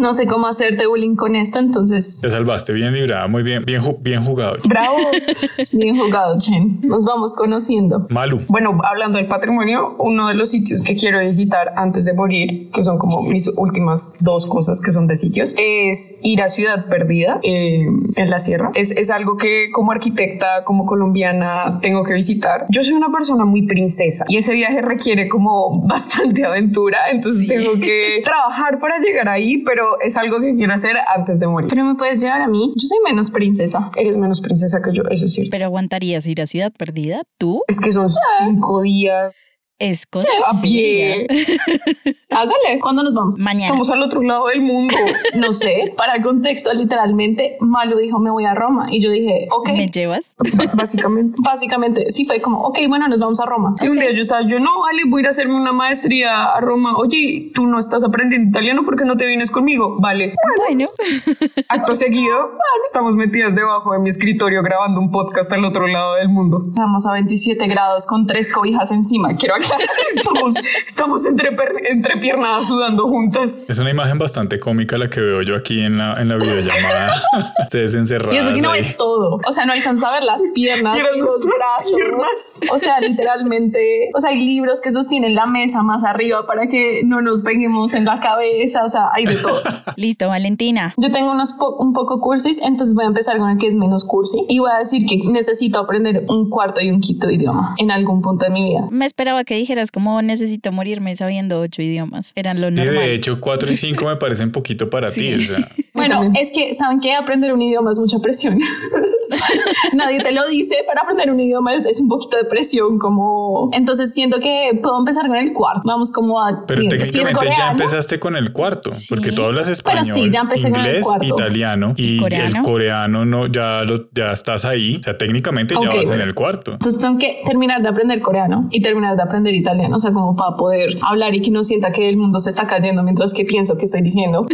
Speaker 5: No sé cómo hacerte bullying con esto, entonces
Speaker 1: Te salvaste, bien librada, muy bien, bien, ju- bien jugado.
Speaker 4: Bravo.
Speaker 5: bien jugado, Chen. Nos vamos conociendo.
Speaker 1: Malu,
Speaker 4: bueno, hablando del patrimonio, uno de los sitios que quiero visitar antes de morir, que son como mis últimas dos cosas que son de sitios, es ir a Ciudad Perdida eh, en la sierra. Es, es algo que como arquitecta, como colombiana, tengo que visitar. Yo soy una persona muy princesa y ese viaje requiere como bastante aventura, entonces tengo que trabajar para llegar ahí, pero es algo que quiero hacer antes de morir.
Speaker 5: Pero me puedes llevar a mí. Yo soy menos princesa.
Speaker 4: Eres menos princesa que yo, eso es cierto.
Speaker 2: Pero aguantarías ir a Ciudad Perdida, tú.
Speaker 4: Es que son cinco días.
Speaker 2: es cosa
Speaker 4: A pie.
Speaker 2: seria.
Speaker 5: Hágale. ¿Cuándo nos vamos?
Speaker 2: Mañana.
Speaker 4: Estamos al otro lado del mundo.
Speaker 5: No sé. Para el contexto, literalmente, Malu dijo, me voy a Roma. Y yo dije, ok.
Speaker 2: ¿Me llevas?
Speaker 4: b- Básicamente.
Speaker 5: Básicamente, sí fue como, ok, bueno, nos vamos a Roma.
Speaker 4: Si un día yo estaba, yo no, vale, voy a ir a hacerme una maestría a Roma. Oye, tú no estás aprendiendo italiano porque no te vienes conmigo. Vale.
Speaker 2: Bueno,
Speaker 4: Acto seguido, estamos metidas debajo de mi escritorio grabando un podcast al otro lado del mundo.
Speaker 5: Estamos a 27 grados con tres cobijas encima. Quiero aclarar esto.
Speaker 4: Estamos, estamos entre, per- entre piernas sudando juntas.
Speaker 1: Es una imagen bastante cómica la que veo yo aquí en la, en la videollamada. Ustedes encerrados.
Speaker 5: Y eso que no
Speaker 1: ahí.
Speaker 5: es todo. O sea, no alcanza a ver las piernas
Speaker 4: Mira
Speaker 5: y los
Speaker 4: nuestras
Speaker 5: brazos.
Speaker 4: piernas.
Speaker 5: O sea, literalmente, o sea, hay libros que sostienen la mesa más arriba para que no nos peguemos en la cabeza. O sea, hay de todo.
Speaker 2: listo, Valentina.
Speaker 5: Yo tengo unos po- un poco cursis, entonces voy a empezar con el que es menos cursi y voy a decir que necesito aprender un cuarto y un quinto idioma en algún punto de mi vida.
Speaker 2: Me esperaba que dijeras como "Oh, necesito morirme sabiendo ocho idiomas. Eran lo
Speaker 1: Sí,
Speaker 2: normal.
Speaker 1: de hecho, 4 y 5 me parecen poquito para
Speaker 2: Sí.
Speaker 1: ti. O sea,
Speaker 5: Bueno, es que, ¿saben qué? Aprender un idioma es mucha presión. Nadie te lo dice, pero aprender un idioma es, es un poquito de presión, como... Entonces siento que puedo empezar con el cuarto. Vamos como a...
Speaker 1: pero
Speaker 5: viendo. Si es
Speaker 1: técnicamente ya
Speaker 5: coreano,
Speaker 1: empezaste con el cuarto,
Speaker 2: Sí.
Speaker 1: porque tú hablas
Speaker 5: Pero
Speaker 1: español,
Speaker 5: sí, ya empecé con el
Speaker 1: inglés,
Speaker 5: cuarto.
Speaker 1: italiano y
Speaker 2: ¿Y coreano?
Speaker 1: el coreano no, ya, lo, ya estás ahí. O sea, técnicamente
Speaker 5: Ok,
Speaker 1: ya vas
Speaker 5: bueno.
Speaker 1: en el cuarto.
Speaker 5: Entonces tengo que terminar de aprender coreano y terminar de aprender italiano, o sea, como para poder hablar y que no sienta que el mundo se está cayendo mientras que pienso que estoy diciendo.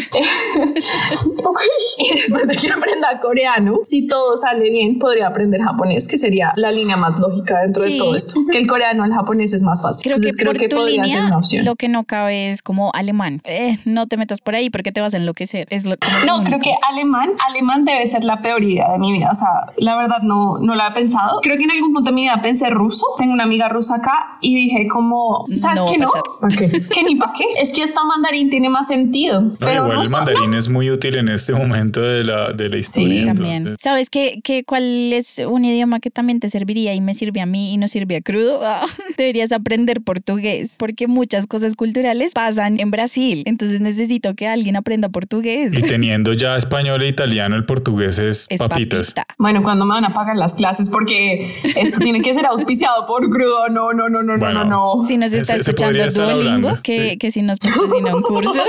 Speaker 5: Ok. Y después de que aprenda coreano, si todo sale bien, podría aprender japonés, que sería la línea más lógica dentro
Speaker 2: Sí.
Speaker 5: de todo esto. Que el coreano al japonés es más fácil.
Speaker 2: Creo
Speaker 5: Entonces
Speaker 2: que
Speaker 5: creo
Speaker 2: por
Speaker 5: que
Speaker 2: tu
Speaker 5: podría ser
Speaker 2: línea
Speaker 5: una opción.
Speaker 2: lo que no cabe es como alemán. Eh, no te metas por ahí porque te vas a enloquecer. Es lo, como lo
Speaker 5: No,
Speaker 2: único.
Speaker 5: creo que alemán, alemán debe ser la prioridad de mi vida. O sea, la verdad no, no la he pensado. Creo que en algún punto de mi vida pensé ruso. Tengo una amiga rusa acá y dije como, ¿sabes
Speaker 2: No va
Speaker 5: qué
Speaker 2: a
Speaker 5: no?
Speaker 2: pasar.
Speaker 5: Que ni para qué. Es que hasta mandarín tiene más sentido.
Speaker 1: No,
Speaker 5: pero
Speaker 1: igual el
Speaker 5: ruso,
Speaker 1: mandarín es muy útil en este momento de la, de la historia.
Speaker 2: También.
Speaker 1: entonces.
Speaker 2: ¿Sabes qué, qué, cuál es un idioma que también te serviría y me sirve a mí y no sirve a crudo? Ah, deberías aprender portugués porque muchas cosas culturales pasan en Brasil. Entonces necesito que alguien aprenda portugués.
Speaker 1: Y teniendo ya español e italiano, el portugués es,
Speaker 2: Es
Speaker 1: papitas.
Speaker 2: papita.
Speaker 5: Bueno, cuando me van a pagar las clases? Porque esto tiene que ser auspiciado por crudo. No, no, no, no,
Speaker 1: Bueno.
Speaker 5: no, no, no.
Speaker 2: Si nos
Speaker 1: Se-
Speaker 2: está
Speaker 1: se
Speaker 2: escuchando
Speaker 1: podría estar
Speaker 2: Duolingo,
Speaker 1: hablando,
Speaker 2: que,
Speaker 1: sí.
Speaker 2: que si nos patrocina un curso.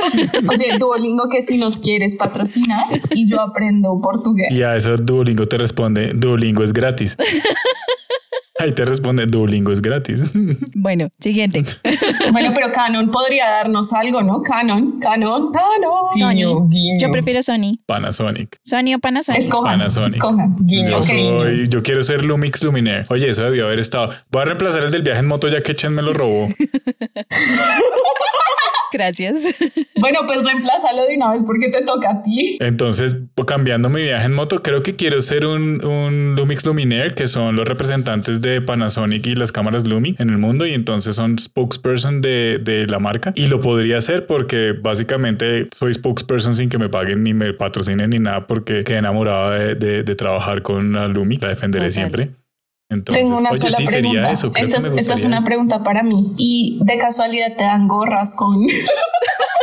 Speaker 5: Oye, Duolingo, que si nos quieres patrocinar y yo aprendo portugués.
Speaker 1: Y a eso Duolingo te responde, Duolingo es gratis. Ahí te responde, Duolingo es gratis.
Speaker 2: bueno, siguiente.
Speaker 5: Bueno, pero Canon podría darnos algo, ¿no? Canon, Canon, Canon.
Speaker 2: Sony.
Speaker 4: Guiño, guiño.
Speaker 2: Yo prefiero Sony.
Speaker 1: Panasonic.
Speaker 2: Sony o Panasonic.
Speaker 5: Escojan,
Speaker 1: Panasonic.
Speaker 5: escojan.
Speaker 1: Yo,
Speaker 4: Guiño.
Speaker 5: Ok.
Speaker 1: soy, yo quiero ser Lumix Luminaire. Oye, eso debió haber estado. Voy a reemplazar el del viaje en moto ya que Chen me lo robó.
Speaker 2: Gracias.
Speaker 5: Bueno, pues reemplázalo de una vez porque te toca a ti.
Speaker 1: Entonces, cambiando mi viaje en moto, creo que quiero ser un, un Lumix Luminaire, que son los representantes de Panasonic y las cámaras Lumix en el mundo, y entonces son spokesperson de, de la marca. Y lo podría hacer porque básicamente soy spokesperson sin que me paguen ni me patrocinen ni nada, porque quedé enamorado de, de- de trabajar con la Lumix, la defenderé
Speaker 2: Total.
Speaker 1: siempre. Entonces,
Speaker 5: Tengo una
Speaker 1: oye,
Speaker 5: sola
Speaker 1: sí,
Speaker 5: pregunta.
Speaker 1: sería eso. creo
Speaker 5: esta,
Speaker 1: que
Speaker 5: es,
Speaker 1: me
Speaker 5: esta es
Speaker 1: gustaría
Speaker 5: una
Speaker 1: eso,
Speaker 5: pregunta para mí. Y de casualidad te dan gorras con.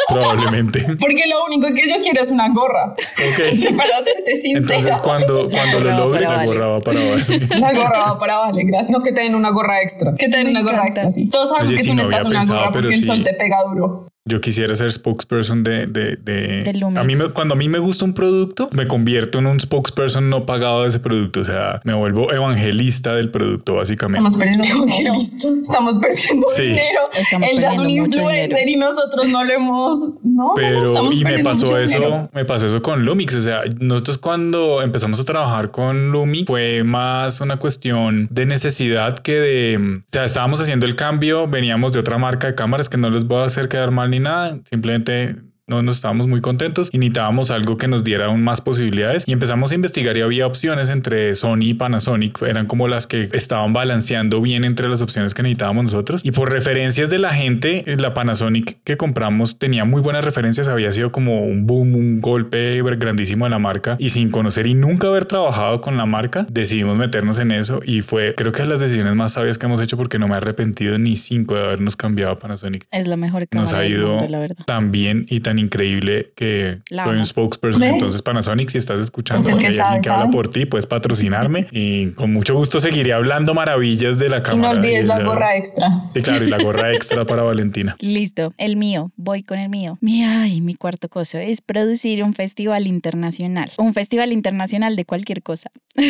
Speaker 1: Probablemente.
Speaker 5: Porque lo único que yo quiero es una gorra.
Speaker 1: ok.
Speaker 5: Sí, para serte sincera.
Speaker 1: Entonces, cuando, cuando lo
Speaker 2: gorra va
Speaker 1: logre, la
Speaker 2: para Vale.
Speaker 1: gorra va para abajo.
Speaker 5: La gorra va para Vale, gracias.
Speaker 4: No que te den una gorra extra.
Speaker 5: Que te den
Speaker 2: Me
Speaker 5: una gorra
Speaker 2: encanta.
Speaker 5: extra, sí. Todos sabemos
Speaker 1: Oye,
Speaker 5: que
Speaker 1: sí,
Speaker 5: tú
Speaker 1: no
Speaker 5: no estás
Speaker 1: había
Speaker 5: una
Speaker 1: pensado,
Speaker 5: gorra porque
Speaker 1: pero
Speaker 5: el
Speaker 1: sí.
Speaker 5: sol te pega duro.
Speaker 1: Yo quisiera ser spokesperson de... de, de-
Speaker 2: De Lumex.
Speaker 1: a mí me- cuando a mí me gusta un producto, me convierto en un spokesperson no pagado de ese producto. O sea, me vuelvo evangelista del producto, básicamente.
Speaker 5: Estamos perdiendo dinero.
Speaker 4: listo.
Speaker 5: Estamos perdiendo
Speaker 1: Sí.
Speaker 5: dinero.
Speaker 2: Estamos
Speaker 5: Él ya es un
Speaker 2: perdiendo mucho
Speaker 5: influencer
Speaker 2: dinero.
Speaker 5: y nosotros no lo hemos. No,
Speaker 1: Pero,
Speaker 5: estamos
Speaker 1: y me
Speaker 5: perdiendo
Speaker 1: pasó
Speaker 5: mucho
Speaker 1: eso,
Speaker 5: dinero.
Speaker 1: me pasó eso con Lumix. O sea, nosotros cuando empezamos a trabajar con Lumi fue más una cuestión de necesidad que de, o sea, estábamos haciendo el cambio, veníamos de otra marca de cámaras que no les voy a hacer quedar mal ni nada, simplemente no nos estábamos muy contentos y necesitábamos algo que nos diera aún más posibilidades y empezamos a investigar y había opciones entre Sony y Panasonic eran como las que estaban balanceando bien entre las opciones que necesitábamos nosotros y por referencias de la gente eh, la Panasonic que compramos tenía muy buenas referencias había sido como un boom un golpe grandísimo de la marca y sin conocer y nunca haber trabajado con la marca decidimos meternos en eso y fue creo que de las decisiones más sabias que hemos hecho porque no me he arrepentido ni cinco de habernos cambiado a Panasonic
Speaker 2: Es la mejor cámara
Speaker 1: nos ha
Speaker 2: del
Speaker 1: ido
Speaker 2: mundo, la verdad.
Speaker 1: tan bien y tan tan increíble que
Speaker 2: La
Speaker 1: soy un
Speaker 2: amo.
Speaker 1: spokesperson.
Speaker 5: ¿Ve?
Speaker 1: Entonces, Panasonic, si estás escuchando,
Speaker 5: Es el
Speaker 1: hay
Speaker 5: que
Speaker 1: alguien
Speaker 5: sabe,
Speaker 1: que habla
Speaker 5: sabe.
Speaker 1: por ti, puedes patrocinarme y con mucho gusto seguiré hablando maravillas de la
Speaker 5: Y no
Speaker 1: cámara.
Speaker 5: olvides
Speaker 1: y
Speaker 5: la gorra extra.
Speaker 1: Sí, claro, y la gorra extra para Valentina.
Speaker 2: Listo, el mío, voy con el mío. Mi, ay, mi cuarto coso es producir un festival internacional. Un festival internacional de cualquier cosa.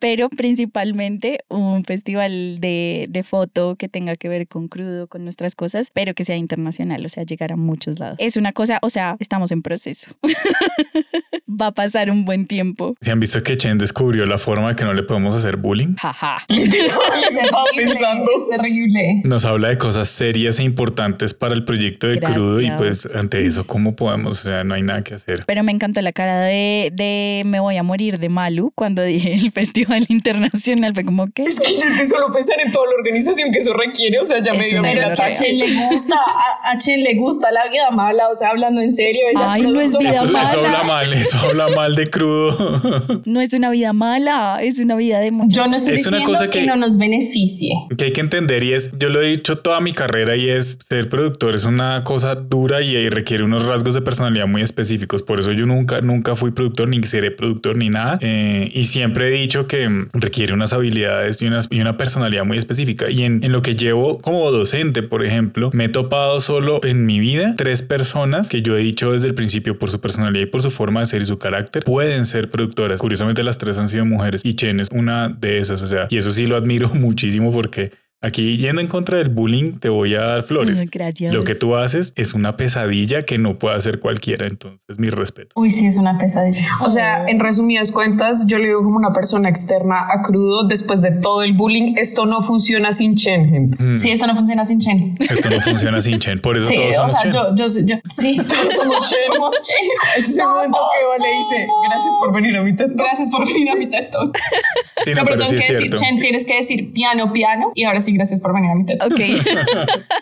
Speaker 2: Pero principalmente un festival de, de foto que tenga que ver con crudo, con nuestras cosas, pero que sea internacional, o sea, llegar a muchos lados. Es una cosa, o sea, estamos en proceso. Va a pasar un buen tiempo.
Speaker 1: Si han visto que Chen descubrió la forma de que no le podemos hacer bullying,
Speaker 2: Jaja.
Speaker 5: Es terrible,
Speaker 4: pensando.
Speaker 5: es terrible.
Speaker 1: nos habla de cosas serias e importantes para el proyecto de
Speaker 2: Gracias.
Speaker 1: crudo y pues ante eso, ¿cómo podemos? O sea, no hay nada que hacer.
Speaker 2: Pero me encantó la cara de, de Me voy a morir de Malu cuando dije el Festival Internacional. Fue como que.
Speaker 4: Es que yo de solo pensar en toda la organización que eso requiere, o sea, ya
Speaker 2: Es
Speaker 4: me dio
Speaker 2: una
Speaker 5: Pero
Speaker 4: miedo
Speaker 5: es que a
Speaker 2: gonorrea.
Speaker 5: Chen le gusta, a, a Chen le gusta la vida mala, o sea, hablando en serio. ella
Speaker 2: Ay, no es
Speaker 5: productora.
Speaker 2: vida
Speaker 1: Eso, eso
Speaker 2: mala.
Speaker 1: habla mal, eso habla mal de crudo.
Speaker 2: No es una vida mala, es una vida de muchas
Speaker 5: Yo no estoy
Speaker 1: Es una
Speaker 5: diciendo
Speaker 1: cosa
Speaker 5: que...
Speaker 1: que-
Speaker 5: no nos beneficie.
Speaker 1: que hay que entender y es, yo lo he dicho toda mi carrera y es ser productor es una cosa dura y, y requiere unos rasgos de personalidad muy específicos. Por eso yo nunca, nunca fui productor ni seré productor ni nada. Eh, y siempre he dicho que mm, requiere unas habilidades y, unas, y una personalidad muy específica. Y en, en lo que llevo como docente, por ejemplo, me he topado solo en mi vida tres personas que yo he dicho desde el principio por su personalidad y por su forma de ser y su carácter pueden ser productoras. Curiosamente las tres han sido mujeres y Chen es una de esas. O sea, y eso sí lo admiro muchísimo porque aquí yendo en contra del bullying te voy a dar flores.
Speaker 2: Gracias.
Speaker 1: Lo que tú haces es una pesadilla que no puede hacer cualquiera. Entonces, mi respeto.
Speaker 5: Uy, sí, es una pesadilla.
Speaker 4: O sea,
Speaker 1: Oh.
Speaker 4: en resumidas cuentas, yo le digo como una persona externa a crudo después de todo el bullying, esto no funciona sin Chen, gente.
Speaker 1: Mm,
Speaker 5: Sí, esto no funciona sin Chen.
Speaker 1: Esto no funciona sin Chen. Por eso
Speaker 5: Sí,
Speaker 1: todos
Speaker 5: o
Speaker 1: somos
Speaker 5: sea,
Speaker 1: Chen.
Speaker 5: yo, yo, yo, sí, todos somos Chen. somos Chen.
Speaker 4: Ese es el momento que Vale dice, gracias por venir a mi TED Talk".
Speaker 5: Gracias por venir a mi TED Talk.
Speaker 1: Sí, no,
Speaker 5: No, pero
Speaker 1: pero sí
Speaker 5: tengo
Speaker 1: es
Speaker 5: que decir,
Speaker 1: cierto.
Speaker 5: Chen, tienes que decir piano, piano. Y ahora sí, gracias por venir a mi TED Talk.
Speaker 2: Ok.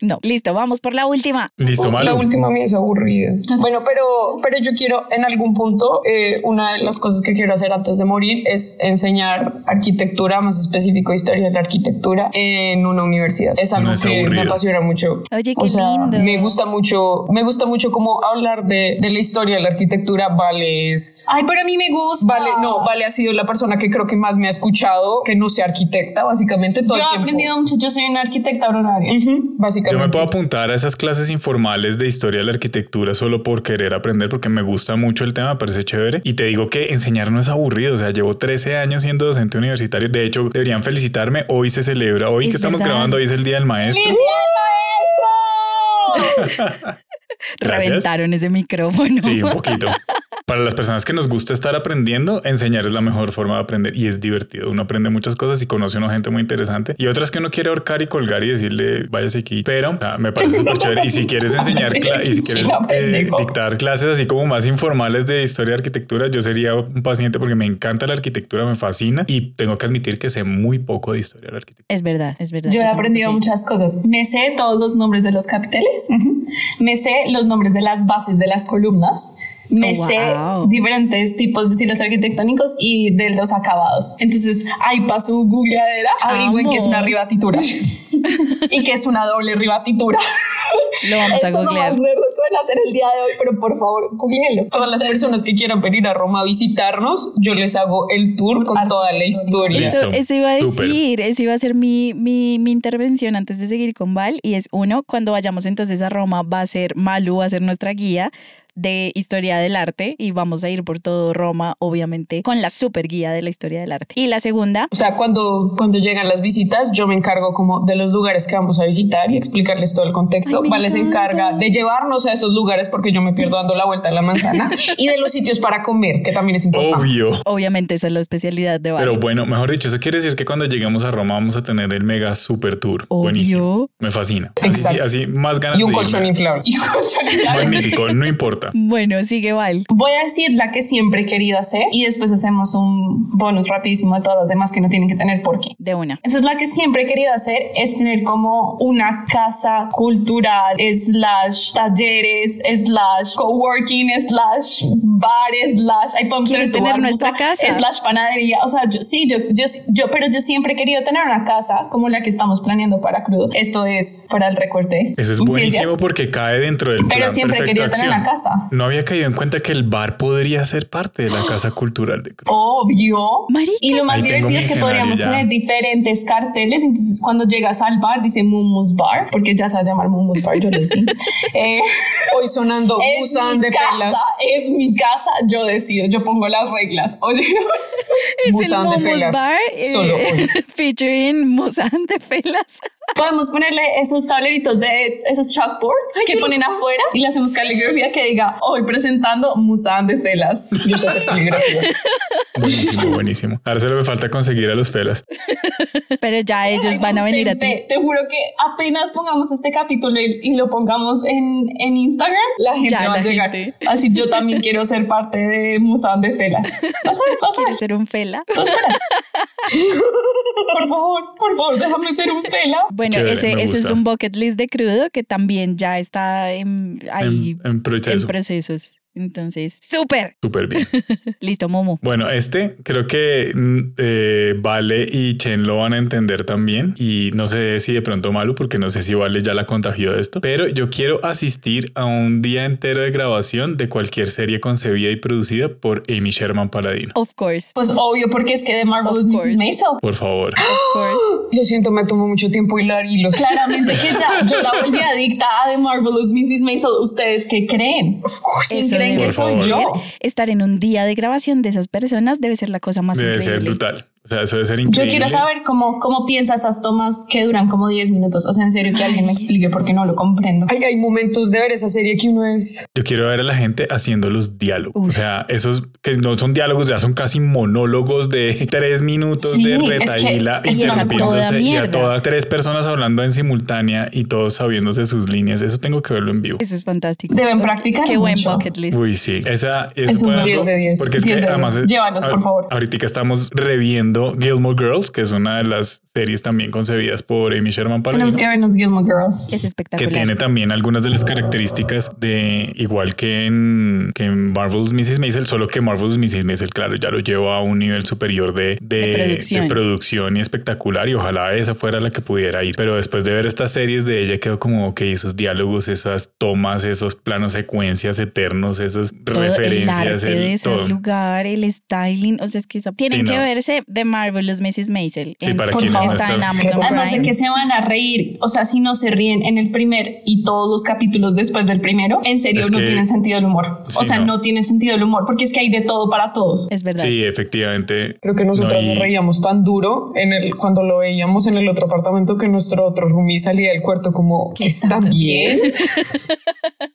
Speaker 2: no, listo, vamos por la última.
Speaker 1: Listo,
Speaker 4: La
Speaker 1: malo.
Speaker 4: última mía es aburrida. Bueno, pero, pero yo quiero en algún punto, eh, una de las cosas que quiero hacer antes de morir es enseñar arquitectura, más específico historia de la arquitectura, en una universidad. Es algo
Speaker 1: No es
Speaker 4: que me
Speaker 1: aburrido.
Speaker 4: apasiona mucho.
Speaker 2: Oye,
Speaker 4: O
Speaker 2: qué
Speaker 4: sea,
Speaker 2: lindo.
Speaker 4: Me gusta mucho, me gusta mucho como hablar de, de la historia de la arquitectura. Vale es...
Speaker 5: Ay, pero a mí me gusta.
Speaker 4: Vale, no, Vale ha sido la persona que creo que más me ha escuchado, que no sea arquitecta, básicamente todo el
Speaker 5: Yo he
Speaker 4: tiempo.
Speaker 5: aprendido mucho. Yo soy una arquitecta honoraria.
Speaker 4: Ujú,
Speaker 1: Yo
Speaker 4: básicamente.
Speaker 1: me puedo apuntar a esas clases informales de historia de la arquitectura solo por querer aprender, porque me gusta mucho el tema, me parece chévere. Y te digo que enseñar no es aburrido. O sea, llevo 13 años siendo docente universitario. De hecho, deberían felicitarme. Hoy se celebra, hoy
Speaker 2: Es
Speaker 1: que estamos
Speaker 2: verdad.
Speaker 1: grabando, hoy es el Día del Maestro. Gracias.
Speaker 2: Reventaron ese micrófono.
Speaker 1: Sí, un poquito. Para las personas que nos gusta estar aprendiendo, enseñar es la mejor forma de aprender y es divertido. Uno aprende muchas cosas y conoce a una gente muy interesante y otras que uno quiere ahorcar y colgar y decirle váyase aquí. Pero o sea, me parece súper chévere. Y si quieres enseñar
Speaker 5: Sí,
Speaker 1: cla- y si quieres
Speaker 5: chino,
Speaker 1: eh,
Speaker 5: pendejo.
Speaker 1: dictar clases así como más informales de historia de arquitectura, yo sería un paciente porque me encanta la arquitectura, me fascina y tengo que admitir que sé muy poco de historia de la arquitectura.
Speaker 2: Es verdad, es verdad.
Speaker 5: Yo he
Speaker 2: tampoco
Speaker 5: aprendido
Speaker 2: sé.
Speaker 5: muchas cosas. Me sé todos los nombres de los capiteles. Me sé los nombres de las bases de las columnas. Me
Speaker 2: Oh,
Speaker 5: sé
Speaker 2: wow.
Speaker 5: diferentes tipos de estilos arquitectónicos y de los acabados. Entonces, ahí pasó googleadera, averigüen
Speaker 2: Amo.
Speaker 5: que es una ribatitura y que es una doble ribatitura.
Speaker 2: Lo vamos a
Speaker 5: Esto es lo
Speaker 2: googlear.
Speaker 5: más nerdo que van a hacer el día de hoy, pero por favor, googleenlo.
Speaker 4: Todas las personas que quieran venir a Roma a visitarnos, yo les hago el tour con toda la historia.
Speaker 2: Eso,
Speaker 1: Listo,
Speaker 2: eso iba a
Speaker 1: súper.
Speaker 2: decir, eso iba a ser mi, mi, mi intervención antes de seguir con Val. Y es uno, cuando vayamos entonces a Roma, va a ser Malu, va a ser nuestra guía de historia del arte y vamos a ir por todo Roma, obviamente, con la super guía de la historia del arte. Y la segunda,
Speaker 4: O sea, cuando, cuando llegan las visitas, yo me encargo como de los lugares que vamos a visitar y explicarles todo el contexto.
Speaker 2: Ay, me
Speaker 4: vale se
Speaker 2: encanta.
Speaker 4: encarga de llevarnos a esos lugares porque yo me pierdo dando la vuelta a la manzana y de los sitios para comer, que también es importante.
Speaker 1: Obvio.
Speaker 2: obviamente, esa es la especialidad de Val.
Speaker 1: Pero bueno, mejor dicho, eso quiere decir que cuando lleguemos a Roma vamos a tener el mega super tour.
Speaker 2: Obvio.
Speaker 1: Buenísimo. Me fascina. Así, sí,
Speaker 4: Exacto.
Speaker 1: así más ganas
Speaker 4: Y un
Speaker 1: de
Speaker 4: colchón
Speaker 1: irme.
Speaker 4: inflable.
Speaker 5: Y con Johnny Depp.
Speaker 1: Magnífico, no otra.
Speaker 2: Bueno, sigue Val.
Speaker 5: Voy a decir la que siempre he querido hacer y después hacemos un bonus rapidísimo de todas las demás que no tienen que tener por qué.
Speaker 2: De una.
Speaker 5: Entonces la que siempre he querido hacer es tener como una casa cultural, slash talleres, slash coworking, slash bares, slash... Ahí podemos
Speaker 2: ¿Quieres
Speaker 5: tu
Speaker 2: tener
Speaker 5: bar,
Speaker 2: nuestra
Speaker 5: musa,
Speaker 2: casa?
Speaker 5: Slash panadería. O sea, yo- sí, yo, yo, yo, pero yo siempre he querido tener una casa como la que estamos planeando para Crudo. Esto es para el recorte.
Speaker 1: Eso es
Speaker 5: Ciencias.
Speaker 1: buenísimo porque cae dentro del
Speaker 5: Pero
Speaker 1: plan
Speaker 5: siempre he
Speaker 1: perfecto
Speaker 5: querido tener
Speaker 1: acción.
Speaker 5: una casa.
Speaker 1: No había caído en cuenta que el bar podría ser parte de la casa cultural de Cruz.
Speaker 5: Obvio.
Speaker 2: Maricas.
Speaker 5: Y lo más
Speaker 1: Ahí tengo mi
Speaker 5: divertido es que
Speaker 1: escenario
Speaker 5: podríamos
Speaker 1: ya.
Speaker 5: tener diferentes carteles. Entonces, cuando llegas al bar, dice Mumus Bar, porque ya se va a llamar Mumus Bar, yo lo hice. Eh,
Speaker 4: Hoy sonando
Speaker 5: es,
Speaker 4: Busan
Speaker 5: mi
Speaker 4: de
Speaker 5: casa,
Speaker 4: Felas.
Speaker 5: es mi casa, yo decido, yo pongo las reglas. Oye,
Speaker 2: Es el
Speaker 4: Busan de
Speaker 2: Momos
Speaker 4: Felas.
Speaker 2: Bar. eh,
Speaker 4: Solo hoy.
Speaker 2: featuring Musan de Felas.
Speaker 5: podemos ponerle esos tableritos de esos chalkboards que ponen afuera y le hacemos caligrafía que diga hoy presentando Musan de Felas.
Speaker 4: Yo sé hacer caligrafía.
Speaker 1: Buenísimo, buenísimo. Ahora solo me falta conseguir a los felas.
Speaker 2: Pero ya ellos
Speaker 5: Ay,
Speaker 2: van a
Speaker 5: usted
Speaker 2: venir a ti.
Speaker 5: ve, Te juro que apenas pongamos este capítulo y, y lo pongamos en, en Instagram, la gente
Speaker 2: Ya,
Speaker 5: va
Speaker 2: la
Speaker 5: a llegar.
Speaker 2: gente.
Speaker 5: Así yo también quiero ser parte de Musán de Felas. Vas a ver, vas a ver.
Speaker 2: Quiero ser un Fela.
Speaker 5: Tú espera. Por favor, por favor, déjame ser un Fela.
Speaker 2: Bueno,
Speaker 1: Chévere,
Speaker 2: ese,
Speaker 1: me
Speaker 2: ese es
Speaker 1: gusta.
Speaker 2: un bucket list de crudo que también ya está en, ahí
Speaker 1: En, en
Speaker 2: en
Speaker 1: proceso.
Speaker 2: procesos. Entonces, súper.
Speaker 1: Súper bien.
Speaker 2: Listo, Momo.
Speaker 1: Bueno, este creo que mm, eh, Vale y Chen lo van a entender también. Y no sé si de pronto Malu, porque no sé si Vale ya la contagió de esto. Pero yo quiero asistir a un día entero de grabación de cualquier serie concebida y producida por Amy Sherman Paladino.
Speaker 2: Of course.
Speaker 5: Pues obvio, porque es que de Marvel
Speaker 2: Of
Speaker 5: Mrs.
Speaker 2: course.
Speaker 5: Maisel.
Speaker 1: Por favor.
Speaker 5: Ah,
Speaker 2: Of
Speaker 5: ¡Oh!
Speaker 2: course.
Speaker 4: Yo siento, me tomó mucho tiempo hilar hilos.
Speaker 5: Claramente que ya yo la volví adicta a The Marvelous Mrs. Maisel. ¿Ustedes qué creen?
Speaker 4: Of course.
Speaker 2: Eso
Speaker 5: creen
Speaker 2: debe
Speaker 5: que soy
Speaker 2: ser.
Speaker 5: yo?
Speaker 2: Estar en un día de grabación de esas personas debe ser la cosa más
Speaker 1: Debe ser
Speaker 2: increíble.
Speaker 1: brutal. O sea, eso debe ser
Speaker 5: Yo
Speaker 1: increíble.
Speaker 5: quiero saber cómo, cómo piensa esas tomas que duran como 10 minutos. O sea, en serio, que alguien me explique porque no lo comprendo.
Speaker 4: Ay, hay momentos de ver esa serie que uno es.
Speaker 1: Yo quiero ver a la gente haciendo los diálogos. O sea, esos que no son diálogos, ya son casi monólogos de tres minutos
Speaker 5: Sí,
Speaker 1: de
Speaker 5: es que-
Speaker 1: retahíla
Speaker 5: es que es una
Speaker 1: interrumpiéndose
Speaker 2: toda
Speaker 1: y a
Speaker 2: mierda.
Speaker 1: todas tres personas hablando en simultánea y todos sabiéndose sus líneas. Eso tengo que verlo en vivo.
Speaker 2: Eso es fantástico.
Speaker 5: Deben
Speaker 2: Ok,
Speaker 5: practicar
Speaker 2: Qué buen
Speaker 5: mucho.
Speaker 2: bucket list.
Speaker 1: Uy, sí. Esa eso
Speaker 5: Es un
Speaker 1: fue algo-
Speaker 4: 10 de 10.
Speaker 1: Porque es
Speaker 5: 10
Speaker 1: que
Speaker 5: de
Speaker 1: además.
Speaker 5: 10. Llévanos, por
Speaker 1: ahor-
Speaker 5: favor.
Speaker 1: Ahorita estamos reviendo Gilmore Girls, que es una de las series también concebidas por Amy Sherman Paladino.
Speaker 5: Tenemos que vernos Gilmore Girls.
Speaker 2: Es
Speaker 1: que
Speaker 2: espectacular.
Speaker 1: tiene también algunas de las características de igual que en, que en Marvel's Mrs. Maisel, solo que Marvel's Mrs. Maisel, claro, ya lo lleva a un nivel superior de, de,
Speaker 2: De producción.
Speaker 1: de producción y espectacular y ojalá esa fuera la que pudiera ir. Pero después de ver estas series de ella quedó como que esos diálogos, esas tomas, esos planos secuencias eternos, esas
Speaker 2: Todo el
Speaker 1: referencias,
Speaker 2: arte
Speaker 1: el
Speaker 2: de ese
Speaker 1: todo.
Speaker 2: lugar, el styling, o sea, es que esa- tienen
Speaker 1: no.
Speaker 2: que verse The Marvelous Mrs. Maisel.
Speaker 1: Sí, para
Speaker 2: Por
Speaker 5: quienes
Speaker 2: favor,
Speaker 5: no
Speaker 2: está en
Speaker 1: están-
Speaker 2: Amazon
Speaker 5: Ah, no sé
Speaker 2: Prime.
Speaker 5: que se van a reír. O sea, si no se ríen en el primer y todos los capítulos después del primero, en serio
Speaker 1: Es
Speaker 5: no
Speaker 1: que-
Speaker 5: tienen sentido el humor.
Speaker 1: Sí,
Speaker 5: O sea,
Speaker 1: no.
Speaker 5: no. tiene sentido el humor porque es que hay de todo para todos.
Speaker 2: Es verdad.
Speaker 1: Sí, efectivamente.
Speaker 4: Creo que nosotras
Speaker 1: No, y-
Speaker 4: nos reíamos tan duro en el, cuando lo veíamos en el otro apartamento que nuestro otro roomie salía del cuarto como, ¿está bien?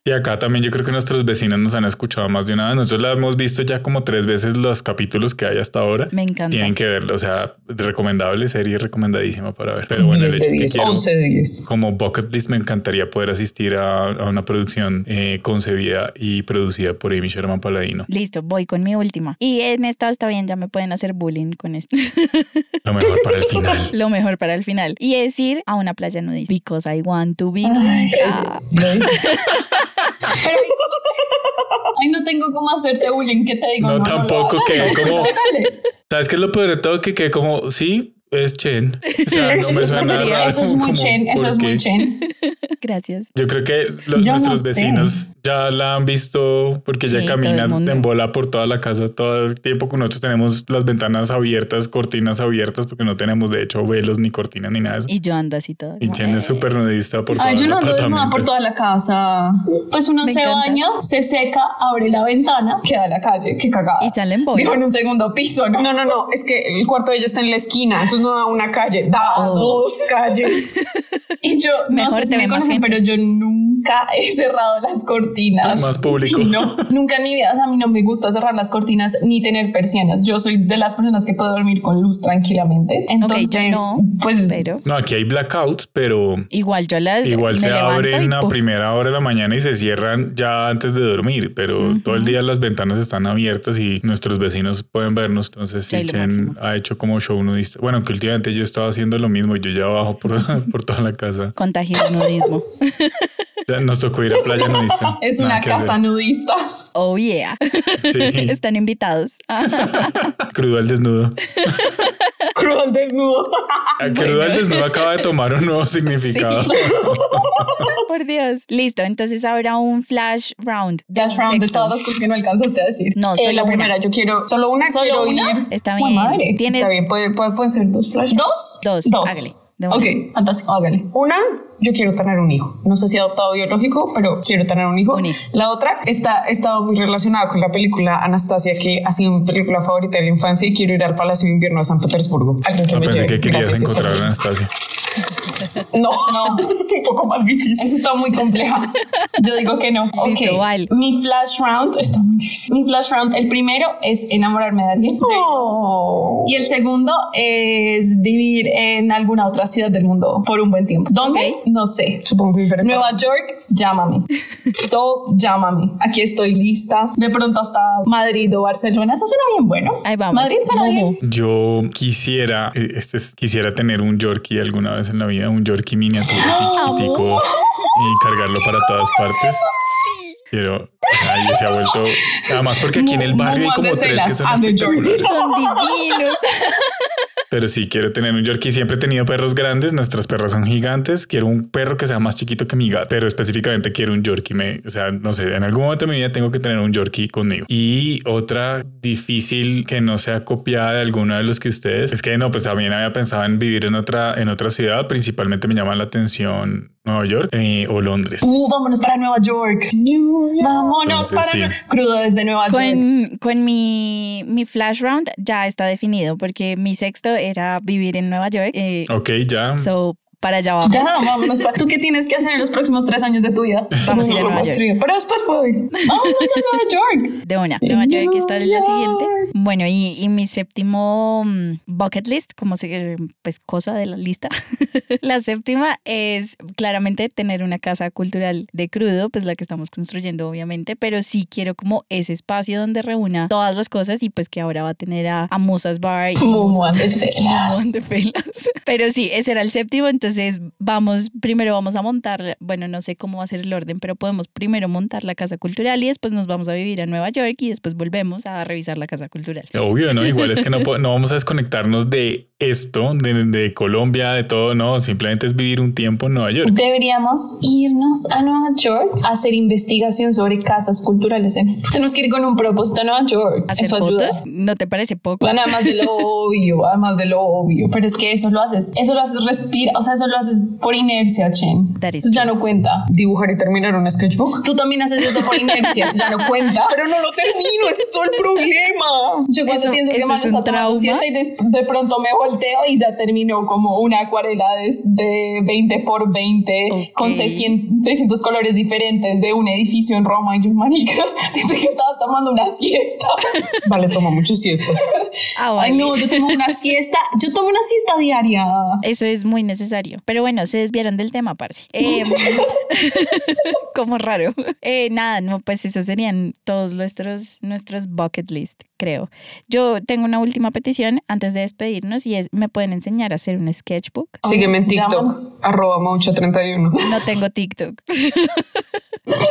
Speaker 1: Y acá también yo creo que nuestros vecinos nos han escuchado más de una vez. Nosotros la hemos visto ya como tres veces los capítulos que hay hasta ahora.
Speaker 2: Me encanta.
Speaker 1: Tienen que verlo. O sea, recomendable serie, recomendadísima para ver. Pero bueno, el
Speaker 4: 10
Speaker 1: hecho
Speaker 4: de
Speaker 1: es que
Speaker 4: 10,
Speaker 1: quiero-
Speaker 4: 11 de 10.
Speaker 1: como bucket list me encantaría poder asistir a, a una producción eh, concebida y producida por Amy Sherman Paladino.
Speaker 2: Listo, voy con mi última. Y en esta está bien, ya me pueden hacer bullying con esto.
Speaker 1: Lo mejor para el final.
Speaker 2: Lo mejor para el final. Y es ir a una playa nudista. Because I want to be. Ah,
Speaker 5: Pero, ay, no tengo cómo hacerte bullying. ¿Qué te digo?
Speaker 1: No,
Speaker 5: lo
Speaker 1: tampoco
Speaker 5: hagas.
Speaker 1: que como...
Speaker 5: Dale.
Speaker 1: ¿Sabes qué es lo peor de todo? Que, que como, sí, es Chen. O sea, no
Speaker 4: Eso
Speaker 1: me
Speaker 4: es
Speaker 1: suena
Speaker 4: grosería.
Speaker 1: raro,
Speaker 5: Eso es muy
Speaker 1: como,
Speaker 5: chen, eso
Speaker 1: ¿por
Speaker 5: es muy
Speaker 1: qué?
Speaker 5: chen.
Speaker 2: gracias.
Speaker 1: Yo creo que los,
Speaker 5: Yo no
Speaker 1: nuestros
Speaker 5: sé.
Speaker 1: vecinos ya la han visto porque
Speaker 2: Sí,
Speaker 1: ya
Speaker 2: todo el
Speaker 1: camina
Speaker 2: mundo.
Speaker 1: en bola por toda la casa todo el tiempo que nosotros tenemos las ventanas abiertas, cortinas abiertas, porque no tenemos de hecho velos ni cortinas ni nada de eso.
Speaker 2: Y yo ando así todo.
Speaker 1: Y
Speaker 2: como,
Speaker 1: Chen es
Speaker 2: eh.
Speaker 1: súper nudista por todo
Speaker 5: Ay, yo
Speaker 1: el
Speaker 5: no ando desnuda
Speaker 1: apartamento.
Speaker 5: por toda la casa. Pues uno
Speaker 2: Me
Speaker 5: se
Speaker 2: encanta.
Speaker 5: baña, se seca, abre la ventana, queda a la calle, qué cagada.
Speaker 2: Y sale en bola.
Speaker 5: Digo, en un segundo piso, ¿no?
Speaker 4: No, no, no, es que el cuarto de ella está en la esquina, entonces no da una calle, da
Speaker 2: Oh.
Speaker 4: dos calles.
Speaker 5: Y yo,
Speaker 2: Mejor
Speaker 5: no sé si
Speaker 2: te ve
Speaker 5: me
Speaker 2: más
Speaker 5: conocen ejemplo, pero yo nunca he cerrado las cortinas.
Speaker 1: Más público.
Speaker 5: Sí, no, nunca en mi vida, o sea, a mí no me gusta cerrar las cortinas ni tener persianas. Yo soy de las personas que puedo dormir con luz tranquilamente. Entonces,
Speaker 2: no,
Speaker 5: pues
Speaker 2: pero
Speaker 1: No, aquí hay blackouts, pero
Speaker 2: igual yo a las
Speaker 1: igual
Speaker 2: me
Speaker 1: se
Speaker 2: levanto y
Speaker 1: abren a
Speaker 2: puf,
Speaker 1: primera hora de la mañana y se cierran ya antes de dormir, pero todo el día las ventanas están abiertas y nuestros vecinos pueden vernos. Entonces,
Speaker 2: Sí,
Speaker 1: sí,
Speaker 2: lo
Speaker 1: Chen
Speaker 2: máximo.
Speaker 1: ha hecho como show nudista. Bueno, que últimamente yo estaba haciendo lo mismo, yo ya bajo por, por toda la casa.
Speaker 2: contagio de nudismo.
Speaker 1: O sea, Nos tocó ir a playa nudista.
Speaker 5: es
Speaker 1: Nada
Speaker 5: una
Speaker 1: que hacer.
Speaker 5: casa nudista.
Speaker 2: Oh yeah.
Speaker 1: Sí,
Speaker 2: Están invitados. Ah,
Speaker 1: crudo al desnudo.
Speaker 4: Crudo al desnudo.
Speaker 1: Crudo al desnudo acaba de tomar un nuevo significado.
Speaker 2: Por Dios. Listo, entonces ahora un flash round. de
Speaker 5: Dash
Speaker 2: un
Speaker 5: round de
Speaker 2: sexto.
Speaker 5: todas las cosas que no alcanzaste a decir.
Speaker 2: No,
Speaker 5: Eh,
Speaker 2: solo
Speaker 5: la
Speaker 2: una.
Speaker 5: primera, yo quiero.
Speaker 4: Solo una
Speaker 5: ¿Solo
Speaker 4: quiero
Speaker 5: una?
Speaker 4: oír.
Speaker 2: Está
Speaker 5: Jue
Speaker 2: bien.
Speaker 5: madre.
Speaker 2: Tienes
Speaker 4: Está bien, puede- puede- pueden ser dos flash.
Speaker 5: ¿Dos?
Speaker 2: Dos,
Speaker 5: Dos.
Speaker 2: hágale, de una.
Speaker 5: Ok, fantástico, hágale.
Speaker 4: Una, yo quiero tener un hijo. No sé si adoptado biológico, pero quiero tener un hijo.
Speaker 2: Un hijo.
Speaker 4: La otra está, estaba muy relacionada con la película Anastasia, que ha sido mi película favorita de la infancia y quiero ir al Palacio de Invierno de San Petersburgo. Alguien que
Speaker 1: No
Speaker 4: me
Speaker 1: Ah, pensé
Speaker 4: lleve.
Speaker 1: que querías
Speaker 4: Gracias,
Speaker 1: encontrar a
Speaker 4: Esteban.
Speaker 1: Anastasia.
Speaker 4: No, no, un poco más difícil.
Speaker 5: Eso está muy complejo. Yo digo que no.
Speaker 2: Listo,
Speaker 5: Ok.
Speaker 2: Val.
Speaker 5: Mi flash round está muy difícil. Mi flash round, el primero es enamorarme de alguien.
Speaker 4: Oh.
Speaker 5: Y el segundo es vivir en alguna otra ciudad del mundo por un buen tiempo. ¿Dónde? No sé.
Speaker 4: Supongo que diferente.
Speaker 5: Nueva York, llámame. Seoul, llámame. Aquí estoy lista. De pronto hasta Madrid o Barcelona. Eso suena bien bueno.
Speaker 2: Ahí vamos.
Speaker 5: Madrid suena
Speaker 2: Momo.
Speaker 5: bien.
Speaker 1: Yo quisiera, eh, este es- quisiera tener un Yorkie alguna vez en la vida, un Yorkie miniatura así
Speaker 5: Ah,
Speaker 1: chiquitico y cargarlo para todas partes. Pero ahí se ha vuelto, además porque aquí en el
Speaker 5: Mu-
Speaker 1: barrio hay
Speaker 5: mu-
Speaker 1: como
Speaker 5: de
Speaker 1: tres que
Speaker 5: telas,
Speaker 1: son
Speaker 5: and the Yorkie.
Speaker 1: espectaculares.
Speaker 2: Son divinos.
Speaker 1: Pero sí, quiero tener un Yorkie. Siempre he tenido perros grandes. Nuestras perras son gigantes. Quiero un perro que sea más chiquito que mi gato, pero específicamente quiero un Yorkie. Me, o sea, no sé, en algún momento de mi vida tengo que tener un Yorkie conmigo. Y otra difícil que no sea copiada de alguno de los que ustedes es que no, pues también había pensado en vivir en otra, en otra ciudad. Principalmente me llama la atención Nueva York eh, o Londres.
Speaker 5: Uh, vámonos para Nueva York. Vámonos
Speaker 1: Entonces,
Speaker 5: para
Speaker 1: sí.
Speaker 5: Nueva- Crudo desde Nueva York.
Speaker 2: Con, con mi, mi flash round ya está definido porque mi sexto era vivir en Nueva York. eh,
Speaker 1: Ok, ya.
Speaker 2: So, para allá vamos.
Speaker 5: Ya, vámonos para. ¿Tú qué tienes que hacer en los próximos tres años de tu vida?
Speaker 2: Vamos a ir a
Speaker 4: Lo
Speaker 2: Nueva
Speaker 4: más
Speaker 2: York.
Speaker 4: triste, Pero después puedo ir.
Speaker 5: Vámonos a Nueva York.
Speaker 2: De una. Nueva York, esta es la siguiente. Bueno, y, y mi séptimo mm, bucket list, como se, pues cosa de la lista. la séptima es claramente tener una casa cultural de crudo, pues la que estamos construyendo obviamente, pero sí quiero como ese espacio donde reúna todas las cosas y pues que ahora va a tener a, a Musas Bar y
Speaker 5: Momo
Speaker 2: Musas-
Speaker 5: de Celas.
Speaker 2: Montón de pelas. Pero sí, ese era el séptimo, entonces vamos, primero vamos a montar, bueno, no sé cómo va a ser el orden, pero podemos primero montar la casa cultural y después nos vamos a vivir a Nueva York y después volvemos a revisar la casa cultural.
Speaker 1: Obvio, ¿no? Igual es que no, po- no vamos a desconectarnos de esto, de, de Colombia, de todo, no. Simplemente es vivir un tiempo en Nueva York.
Speaker 5: Deberíamos irnos a Nueva York a hacer investigación sobre casas culturales. ¿eh? Tenemos que ir con un propósito a Nueva York.
Speaker 2: ¿Hacer
Speaker 5: eso ayuda.
Speaker 2: fotos? ¿No te parece poco?
Speaker 5: Bueno, además de lo obvio, además de lo obvio. Pero es que eso lo haces, eso lo haces respira, o sea, eso lo haces por inercia, Chen.
Speaker 2: That is
Speaker 5: Eso ya no cuenta.
Speaker 4: Dibujar y terminar un sketchbook.
Speaker 5: Tú también haces eso por inercia, eso ya no cuenta.
Speaker 4: Pero no lo termino, ese es todo el problema.
Speaker 5: Yo cuando
Speaker 2: Eso-
Speaker 5: pienso que
Speaker 2: eso
Speaker 5: Manu
Speaker 2: es
Speaker 5: está
Speaker 2: un
Speaker 5: tomando
Speaker 2: trauma.
Speaker 5: siesta y des- de, pronto me volteo y ya terminó como una acuarela de, de 20 por 20
Speaker 2: Ok.
Speaker 5: con 600, 600 colores diferentes de un edificio en Roma y yo, marica, pensé que estaba tomando una siesta.
Speaker 4: Vale, toma muchas siestas.
Speaker 2: Ah,
Speaker 5: Ay,
Speaker 2: vale.
Speaker 5: no, yo tomo una siesta, yo tomo una siesta diaria.
Speaker 2: Eso es muy necesario. Pero bueno, se desviaron del tema, parce. Eh, como raro. Eh, nada, no, pues esos serían todos nuestros, nuestros bucket list, creo. Yo tengo una última petición antes de despedirnos y es, ¿me pueden enseñar a hacer un sketchbook?
Speaker 4: Sígueme en TikTok,
Speaker 5: Vámonos.
Speaker 4: arroba maucha31.
Speaker 2: No tengo TikTok.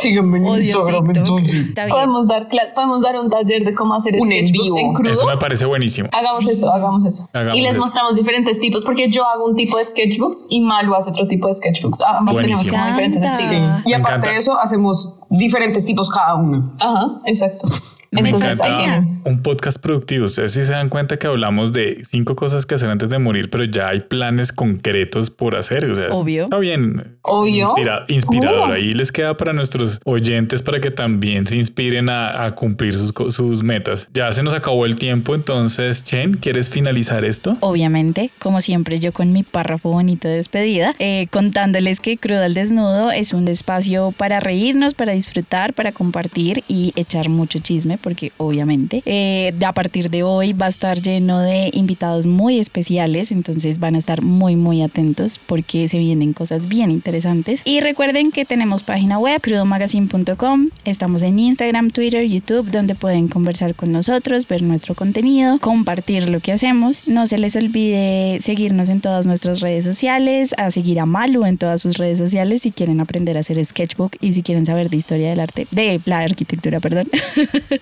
Speaker 4: Sígueme en
Speaker 2: Odio
Speaker 4: Instagram
Speaker 2: TikTok.
Speaker 4: entonces. Ah,
Speaker 2: Está bien.
Speaker 5: Podemos dar, cla- podemos dar un taller de cómo hacer
Speaker 4: Un
Speaker 5: sketchbooks
Speaker 4: en vivo.
Speaker 5: en crudo.
Speaker 1: Eso me parece buenísimo.
Speaker 5: Hagamos eso, hagamos eso.
Speaker 1: Hagamos
Speaker 5: y les
Speaker 1: eso.
Speaker 5: mostramos diferentes tipos, porque yo hago un tipo de sketchbooks y Malu hace otro tipo de sketchbooks. Ambas tenemos
Speaker 1: Buenísimo.
Speaker 5: como diferentes
Speaker 2: Encanta.
Speaker 5: estilos.
Speaker 4: Sí. Y
Speaker 1: Me
Speaker 4: aparte
Speaker 1: encanta.
Speaker 4: de eso, hacemos diferentes tipos cada uno.
Speaker 5: Ajá, exacto.
Speaker 1: Me
Speaker 5: Entonces,
Speaker 1: encanta
Speaker 5: alguien-
Speaker 1: un podcast productivo. Ustedes sí se dan cuenta que hablamos de cinco cosas que hacer antes de morir, pero ya hay planes concretos por hacer. O sea, es-
Speaker 2: Obvio.
Speaker 1: Está bien.
Speaker 5: Obvio.
Speaker 1: Inspira- inspirador.
Speaker 5: Cool.
Speaker 1: Ahí les queda para nuestros oyentes para que también se inspiren a, a cumplir sus, co- sus metas. Ya se nos acabó el tiempo, entonces, Chen, ¿quieres finalizar esto?
Speaker 2: Obviamente, como siempre, yo con mi párrafo bonito de despedida, eh, contándoles que Cruda al Desnudo es un espacio para reírnos, para disfrutar, para compartir y echar mucho chisme, porque obviamente eh, de- a partir de hoy va a estar lleno de invitados muy especiales, entonces van a estar muy, muy atentos porque se vienen cosas bien interesantes. Y recuerden que tenemos página web, crudomagazine.com, estamos en Instagram, Twitter, YouTube, donde pueden conversar con nosotros, ver nuestro contenido, compartir lo que hacemos. No se les olvide seguirnos en todas nuestras redes sociales, a seguir a Malu en todas sus redes sociales si quieren aprender a hacer sketchbook y si quieren saber de historia del arte, de la arquitectura, perdón.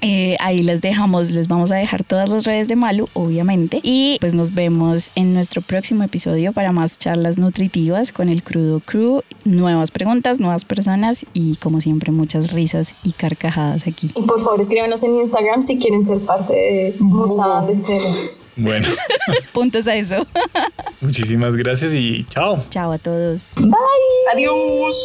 Speaker 2: Eh, ahí les dejamos, les vamos a dejar todas las redes de Malu, obviamente. Y pues nos vemos en nuestro próximo episodio para más charlas nutritivas con el crudo crew, nuevas preguntas, nuevas personas y como siempre muchas risas y carcajadas aquí.
Speaker 5: Y por favor, escríbanos en Instagram si quieren ser parte de Musada de Telas.
Speaker 1: Bueno,
Speaker 2: Puntos a eso.
Speaker 1: muchísimas gracias y chao.
Speaker 2: Chao a todos.
Speaker 4: Adiós.